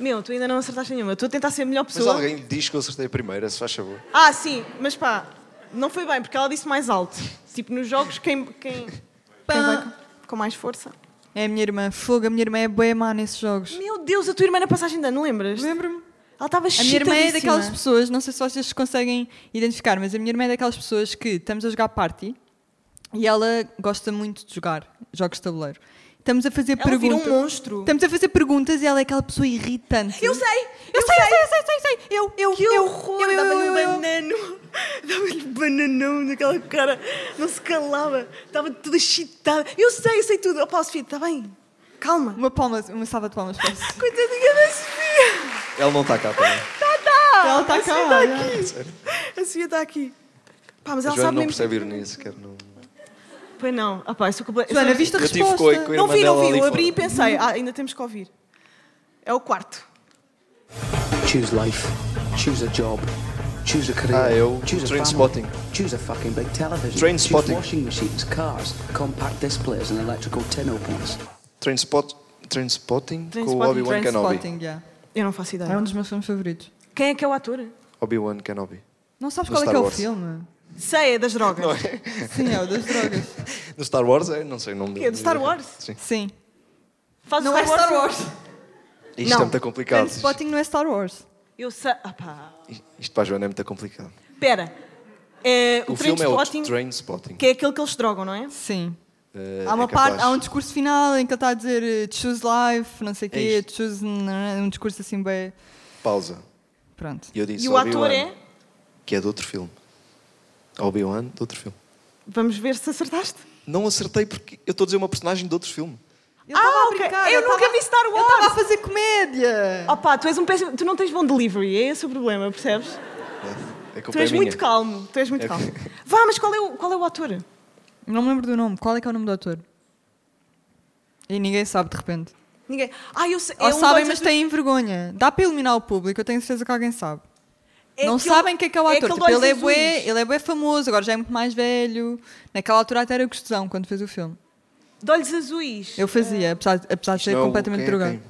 Meu, tu ainda não acertaste nenhuma. Eu Estou a tentar ser a melhor
Mas
pessoa.
alguém lhe diz que eu acertei a primeira, se faz favor.
Ah, sim, mas pá, não foi bem, porque ela disse mais alto. Tipo, nos jogos, quem, quem, quem vai com- com mais força?
É a minha irmã. Fogo, a minha irmã é bué má nesses jogos.
Meu Deus, a tua irmã na passagem de ano, lembras?
Lembro-me.
Ela estava
A minha irmã é daquelas
pessoas.
pessoas, não sei se vocês se conseguem identificar, mas a minha irmã é daquelas pessoas que estamos a jogar party e ela gosta muito de jogar jogos de tabuleiro. Estamos a fazer
Ela vira um
perguntas.
monstro.
Estamos a fazer perguntas e ela é aquela pessoa irritante.
Eu sei!
Eu, sei, eu sei, eu sei, eu sei. Eu, eu,
Que
eu,
horror!
eu, eu,
Dava-lhe
eu,
um
eu,
banano. Dava-lhe um bananão naquela cara. Não se calava. Estava toda excitada. Eu sei, eu sei tudo. Ó, Paulo Sofia, está tá bem? Calma.
Uma palma, uma salva de palmas. para isso.
Coitadinha da Sofia. tá
Ele não está cá também.
Ela tá né? está cá. olha.
A Sofia está aqui. Pá, mas
A
ela
Joana
sabe
não
mesmo.
percebe ironia sequer. Não...
Pois não. Ah, pá, eu sou completamente.
Joana, viste a
Eu tive com a, com
resposta?
a
Não
irmã
vi, não
dela
vi.
ali
Eu abri e
fora.
pensei, ah, ainda temos que ouvir. É o quarto.
Choose life. Choose a job. Choose a career.
Ah, eu-
Choose a
train
family.
spotting.
Choose a fucking big television.
Train
Choose
spotting.
washing machines, cars, compact displays, and electrical tin openers.
Trainspot, Trainspotting com o
Trainspotting,
Obi-Wan Kenobi.
Spotting, yeah.
Eu não faço ideia.
É um dos meus filmes favoritos.
Quem é que é o ator?
Obi-Wan Kenobi.
Não sabes
Do
qual é
Star
que é o
Wars.
filme?
Sei, é das drogas.
Sim, é o das drogas.
No Star Wars é? Não sei o nome
Quê? Do Star Wars?
Sim.
Sim.
Faz
Não é Star Wars.
Isto
Não.
é muito complicado. Isto,
Spotting não é Star Wars.
Eu sei. Ah, pá.
isto para a Joana é muito complicado.
Pera. É, o
O filme é
Trainspotting,
o Trainspotting.
que é aquele que eles drogam, não é?
Sim.
Eh,
Há uma
é capaz-
parte, há um discurso final em que ele está a dizer eh, choose life, não sei o quê,
É isto.
choose. Um discurso assim bem.
Pausa.
Pronto.
E eu disse
E o ator
Obi-Wan,
é.
Que é de outro filme. Obi-Wan, de outro filme.
Vamos ver se acertaste.
Não acertei porque eu estou a dizer uma personagem de outro filme.
Ele estava a
Ah, ok.
brincar,
Eu
ele
nunca
estava-
vi Star
Ele estava a
Wars.
fazer comédia!
Oh pá, tu és um péssimo. Tu não tens bom delivery, é esse o problema, percebes?
É, é
Tu
culpa
és
é minha.
muito calmo, tu és muito
É-
calmo. Vá, mas qual é, o, qual é o ator?
Não me lembro do nome. Qual é que é o nome do ator? E ninguém sabe de repente.
Ninguém. Ah, eu sei.
Ou
é um
sabem,
dos-
mas têm vergonha. Dá para eliminar o público, eu tenho certeza que alguém sabe.
é
não
aquele-
sabem quem é que é o ator.
aquele
Tipo, ele, é
dois
bué,
azuis.
ele é bué famoso, agora já é muito mais velho. Naquela altura até era gostosão quando fez o filme.
De olhos azuis.
Eu fazia, apesar, apesar de ser
Não,
completamente
quem é
drogado.
quem?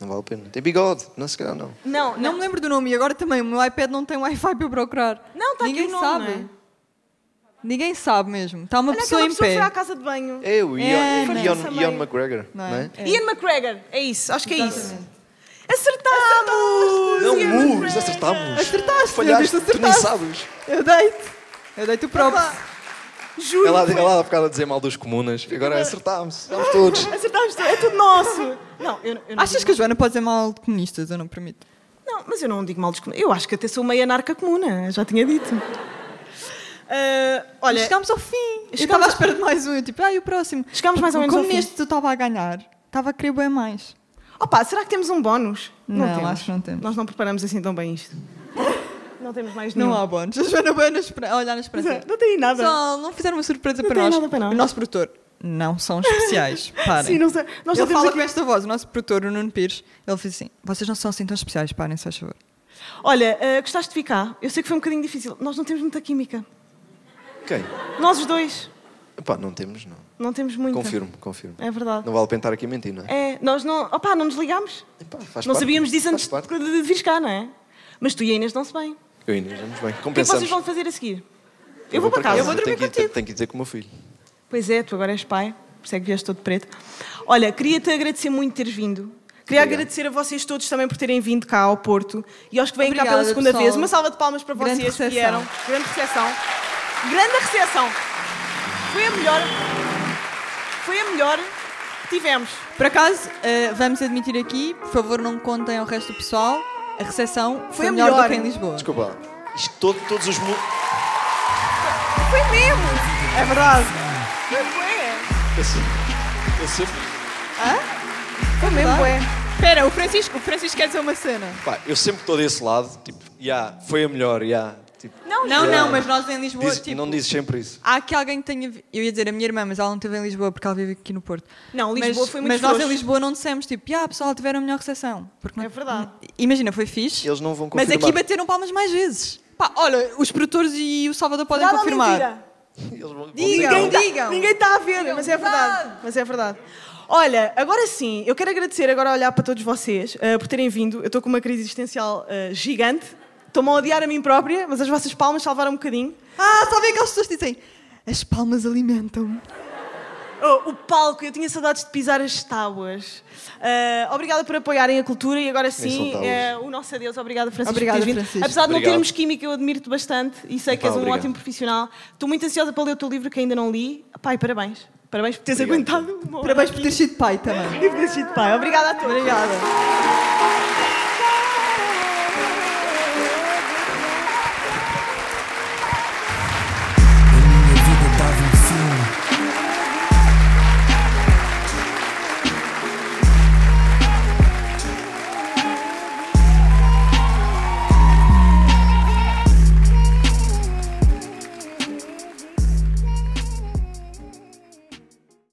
Não vale a pena. Tem bigode. Não, se calhar não.
Não,
Não
não.
me lembro do nome e agora também o meu iPad não tem Wi-Fi para eu procurar.
Não, tá aqui
Ninguém
o nome,
sabe.
não é?
Ninguém sabe mesmo. Está uma
Olha
pessoa
aquela
em
pessoa que
pé.
foi à casa de banho.
É o Ian,
É,
Ian,
não.
Ian,
Essa
Ian
meio-
McGregor.
Não
Não,
é?
é?
Ian McGregor, é isso, acho que é isso. Acertámos!
não
Ian
muros,
é McGregor.
acertámos.
Acertaste, eu
Falhaste,
disse
tu nem
acertaste.
sabes.
Eu deito. Eu deito o próprio.
Juro!
Ela, ela há bocado a dizer mal dos comunas. Agora acertámos. Estamos todos.
Acertámos, é tudo nosso! Não, eu, eu não
Achas
digo
que a Joana pode dizer mal de comunistas? Eu não permito.
Não, mas eu não digo mal dos comunas. Eu acho que até sou meio anarca comuna, já tinha dito. Ah,
Olha,
olha,
chegámos ao fim. Eu
chegámos
estava à
ao-
espera de mais um. Eu tipo, ah, e o próximo?
Chegámos mais ou
Porque
menos ao
Como neste eu estava a ganhar, estava a querer bem mais.
opa, será que temos um bónus?
Não, acho que não temos.
Nós não preparamos assim tão bem isto. Não temos mais nenhum.
Não há bónus. A Joana bem na espera- a olhar na esperança.
Não tem nada.
Só não fizeram uma surpresa para
tem
nós.
nada para nós.
O nosso produtor. Não são especiais. Parem.
Sim, não sei. Nós só
ele
temos
fala
aqui-
com esta voz, o nosso produtor, o Nuno Pires, ele fez assim: vocês não são assim tão especiais, parem, se faz favor.
Olha, ah, gostaste de ficar? Eu sei que foi um bocadinho difícil. Nós não temos muita química.
Quem?
Nós os dois
Epá, não temos, não.
não temos muita.
Confirmo, confirmo.
É verdade.
Não vale a pena estar aqui a mentir, não é?
É, nós não. Opá, não nos ligámos.
Epá, faz
não
parte.
sabíamos disso
Faz
antes
parte.
de, de vires cá, não é? Mas tu e a Inês dão-se bem.
Eu ainda
O
vamos bem.
que é que
Compensamos.
vocês vão fazer a seguir? Eu, vou para casa.
tenho que, ir- Tenho que ir dizer com o meu filho.
Pois é, tu agora és pai, por isso é que vieste todo preto. Olha, queria-te agradecer muito teres vindo. Queria agradecer a vocês todos também por terem vindo cá ao Porto e aos que vêm cá
Obrigada,
pela segunda
pessoal.
vez. Uma salva de palmas para
Grande
vocês que
recepção.
vieram. Grande recepção. Grande recepção. Foi a melhor. Foi a melhor que tivemos.
Por acaso, eh, vamos admitir aqui, por favor, não contem ao resto do pessoal, a recepção foi,
a
melhor,
melhor.
do que em Lisboa.
Desculpa lá. Isto todo- todos os... mu-
Foi mesmo. É verdade. Foi bué.
Eu sempre- eu sempre-
Foi mesmo bué.
Espera, o Francisco, o Francisco quer dizer uma cena.
Pá, eu sempre estou desse lado, tipo, yeah, foi a melhor, yeah. Tipo,
Não,
Não,
não.
não, mas nós em Lisboa,
diz-
tipo,
Não dizes sempre isso.
há aqui alguém que tenha. vi- Eu ia dizer a minha irmã, mas ela não esteve em Lisboa porque ela vive aqui no Porto.
Não, Lisboa
mas,
foi muito
Mas nós em
frouxo.
Lisboa não dissemos tipo, ah, pessoal, tiveram a melhor recepção. Porque não-
É verdade.
Imagina, foi fixe.
Eles não vão
Mas
confirmar.
aqui bateram palmas mais vezes. Pá, olha, os produtores e o Salvador podem
Verdade ou
confirmar.
mentira?
Eles vão- vão dizer
Digam,
não.
Ninguém tá-
digam.
Ninguém está a ver, mas é verdade. Mas é verdade. Olha, agora sim, eu quero agradecer agora a olhar para todos vocês eh, por terem vindo. Eu estou com uma crise existencial eh, gigante. Estou-me a odiar a mim própria, mas as vossas palmas salvaram um bocadinho.
Ah, sabem aquelas pessoas que dizem, as palmas alimentam-me.
Oh, o palco, eu tinha saudades de pisar as tábuas. Eh, obrigada por apoiarem a cultura e agora sim,
são tábuas.
eh, o nosso adeus. Obrigada, Francisco. por
Obrigada,
teres vindo.
Francisco.
Apesar de não
Obrigado.
termos química, eu admiro-te bastante e sei que
Epá,
és um
obrigado.
ótimo profissional. Estou muito ansiosa para ler o teu livro que ainda não li. Pai, parabéns. Parabéns por teres
Obrigado.
aguentado uma hora
Parabéns
aqui.
por ter sido pai também.
Livro de Pai. Obrigada a todos. Obrigada.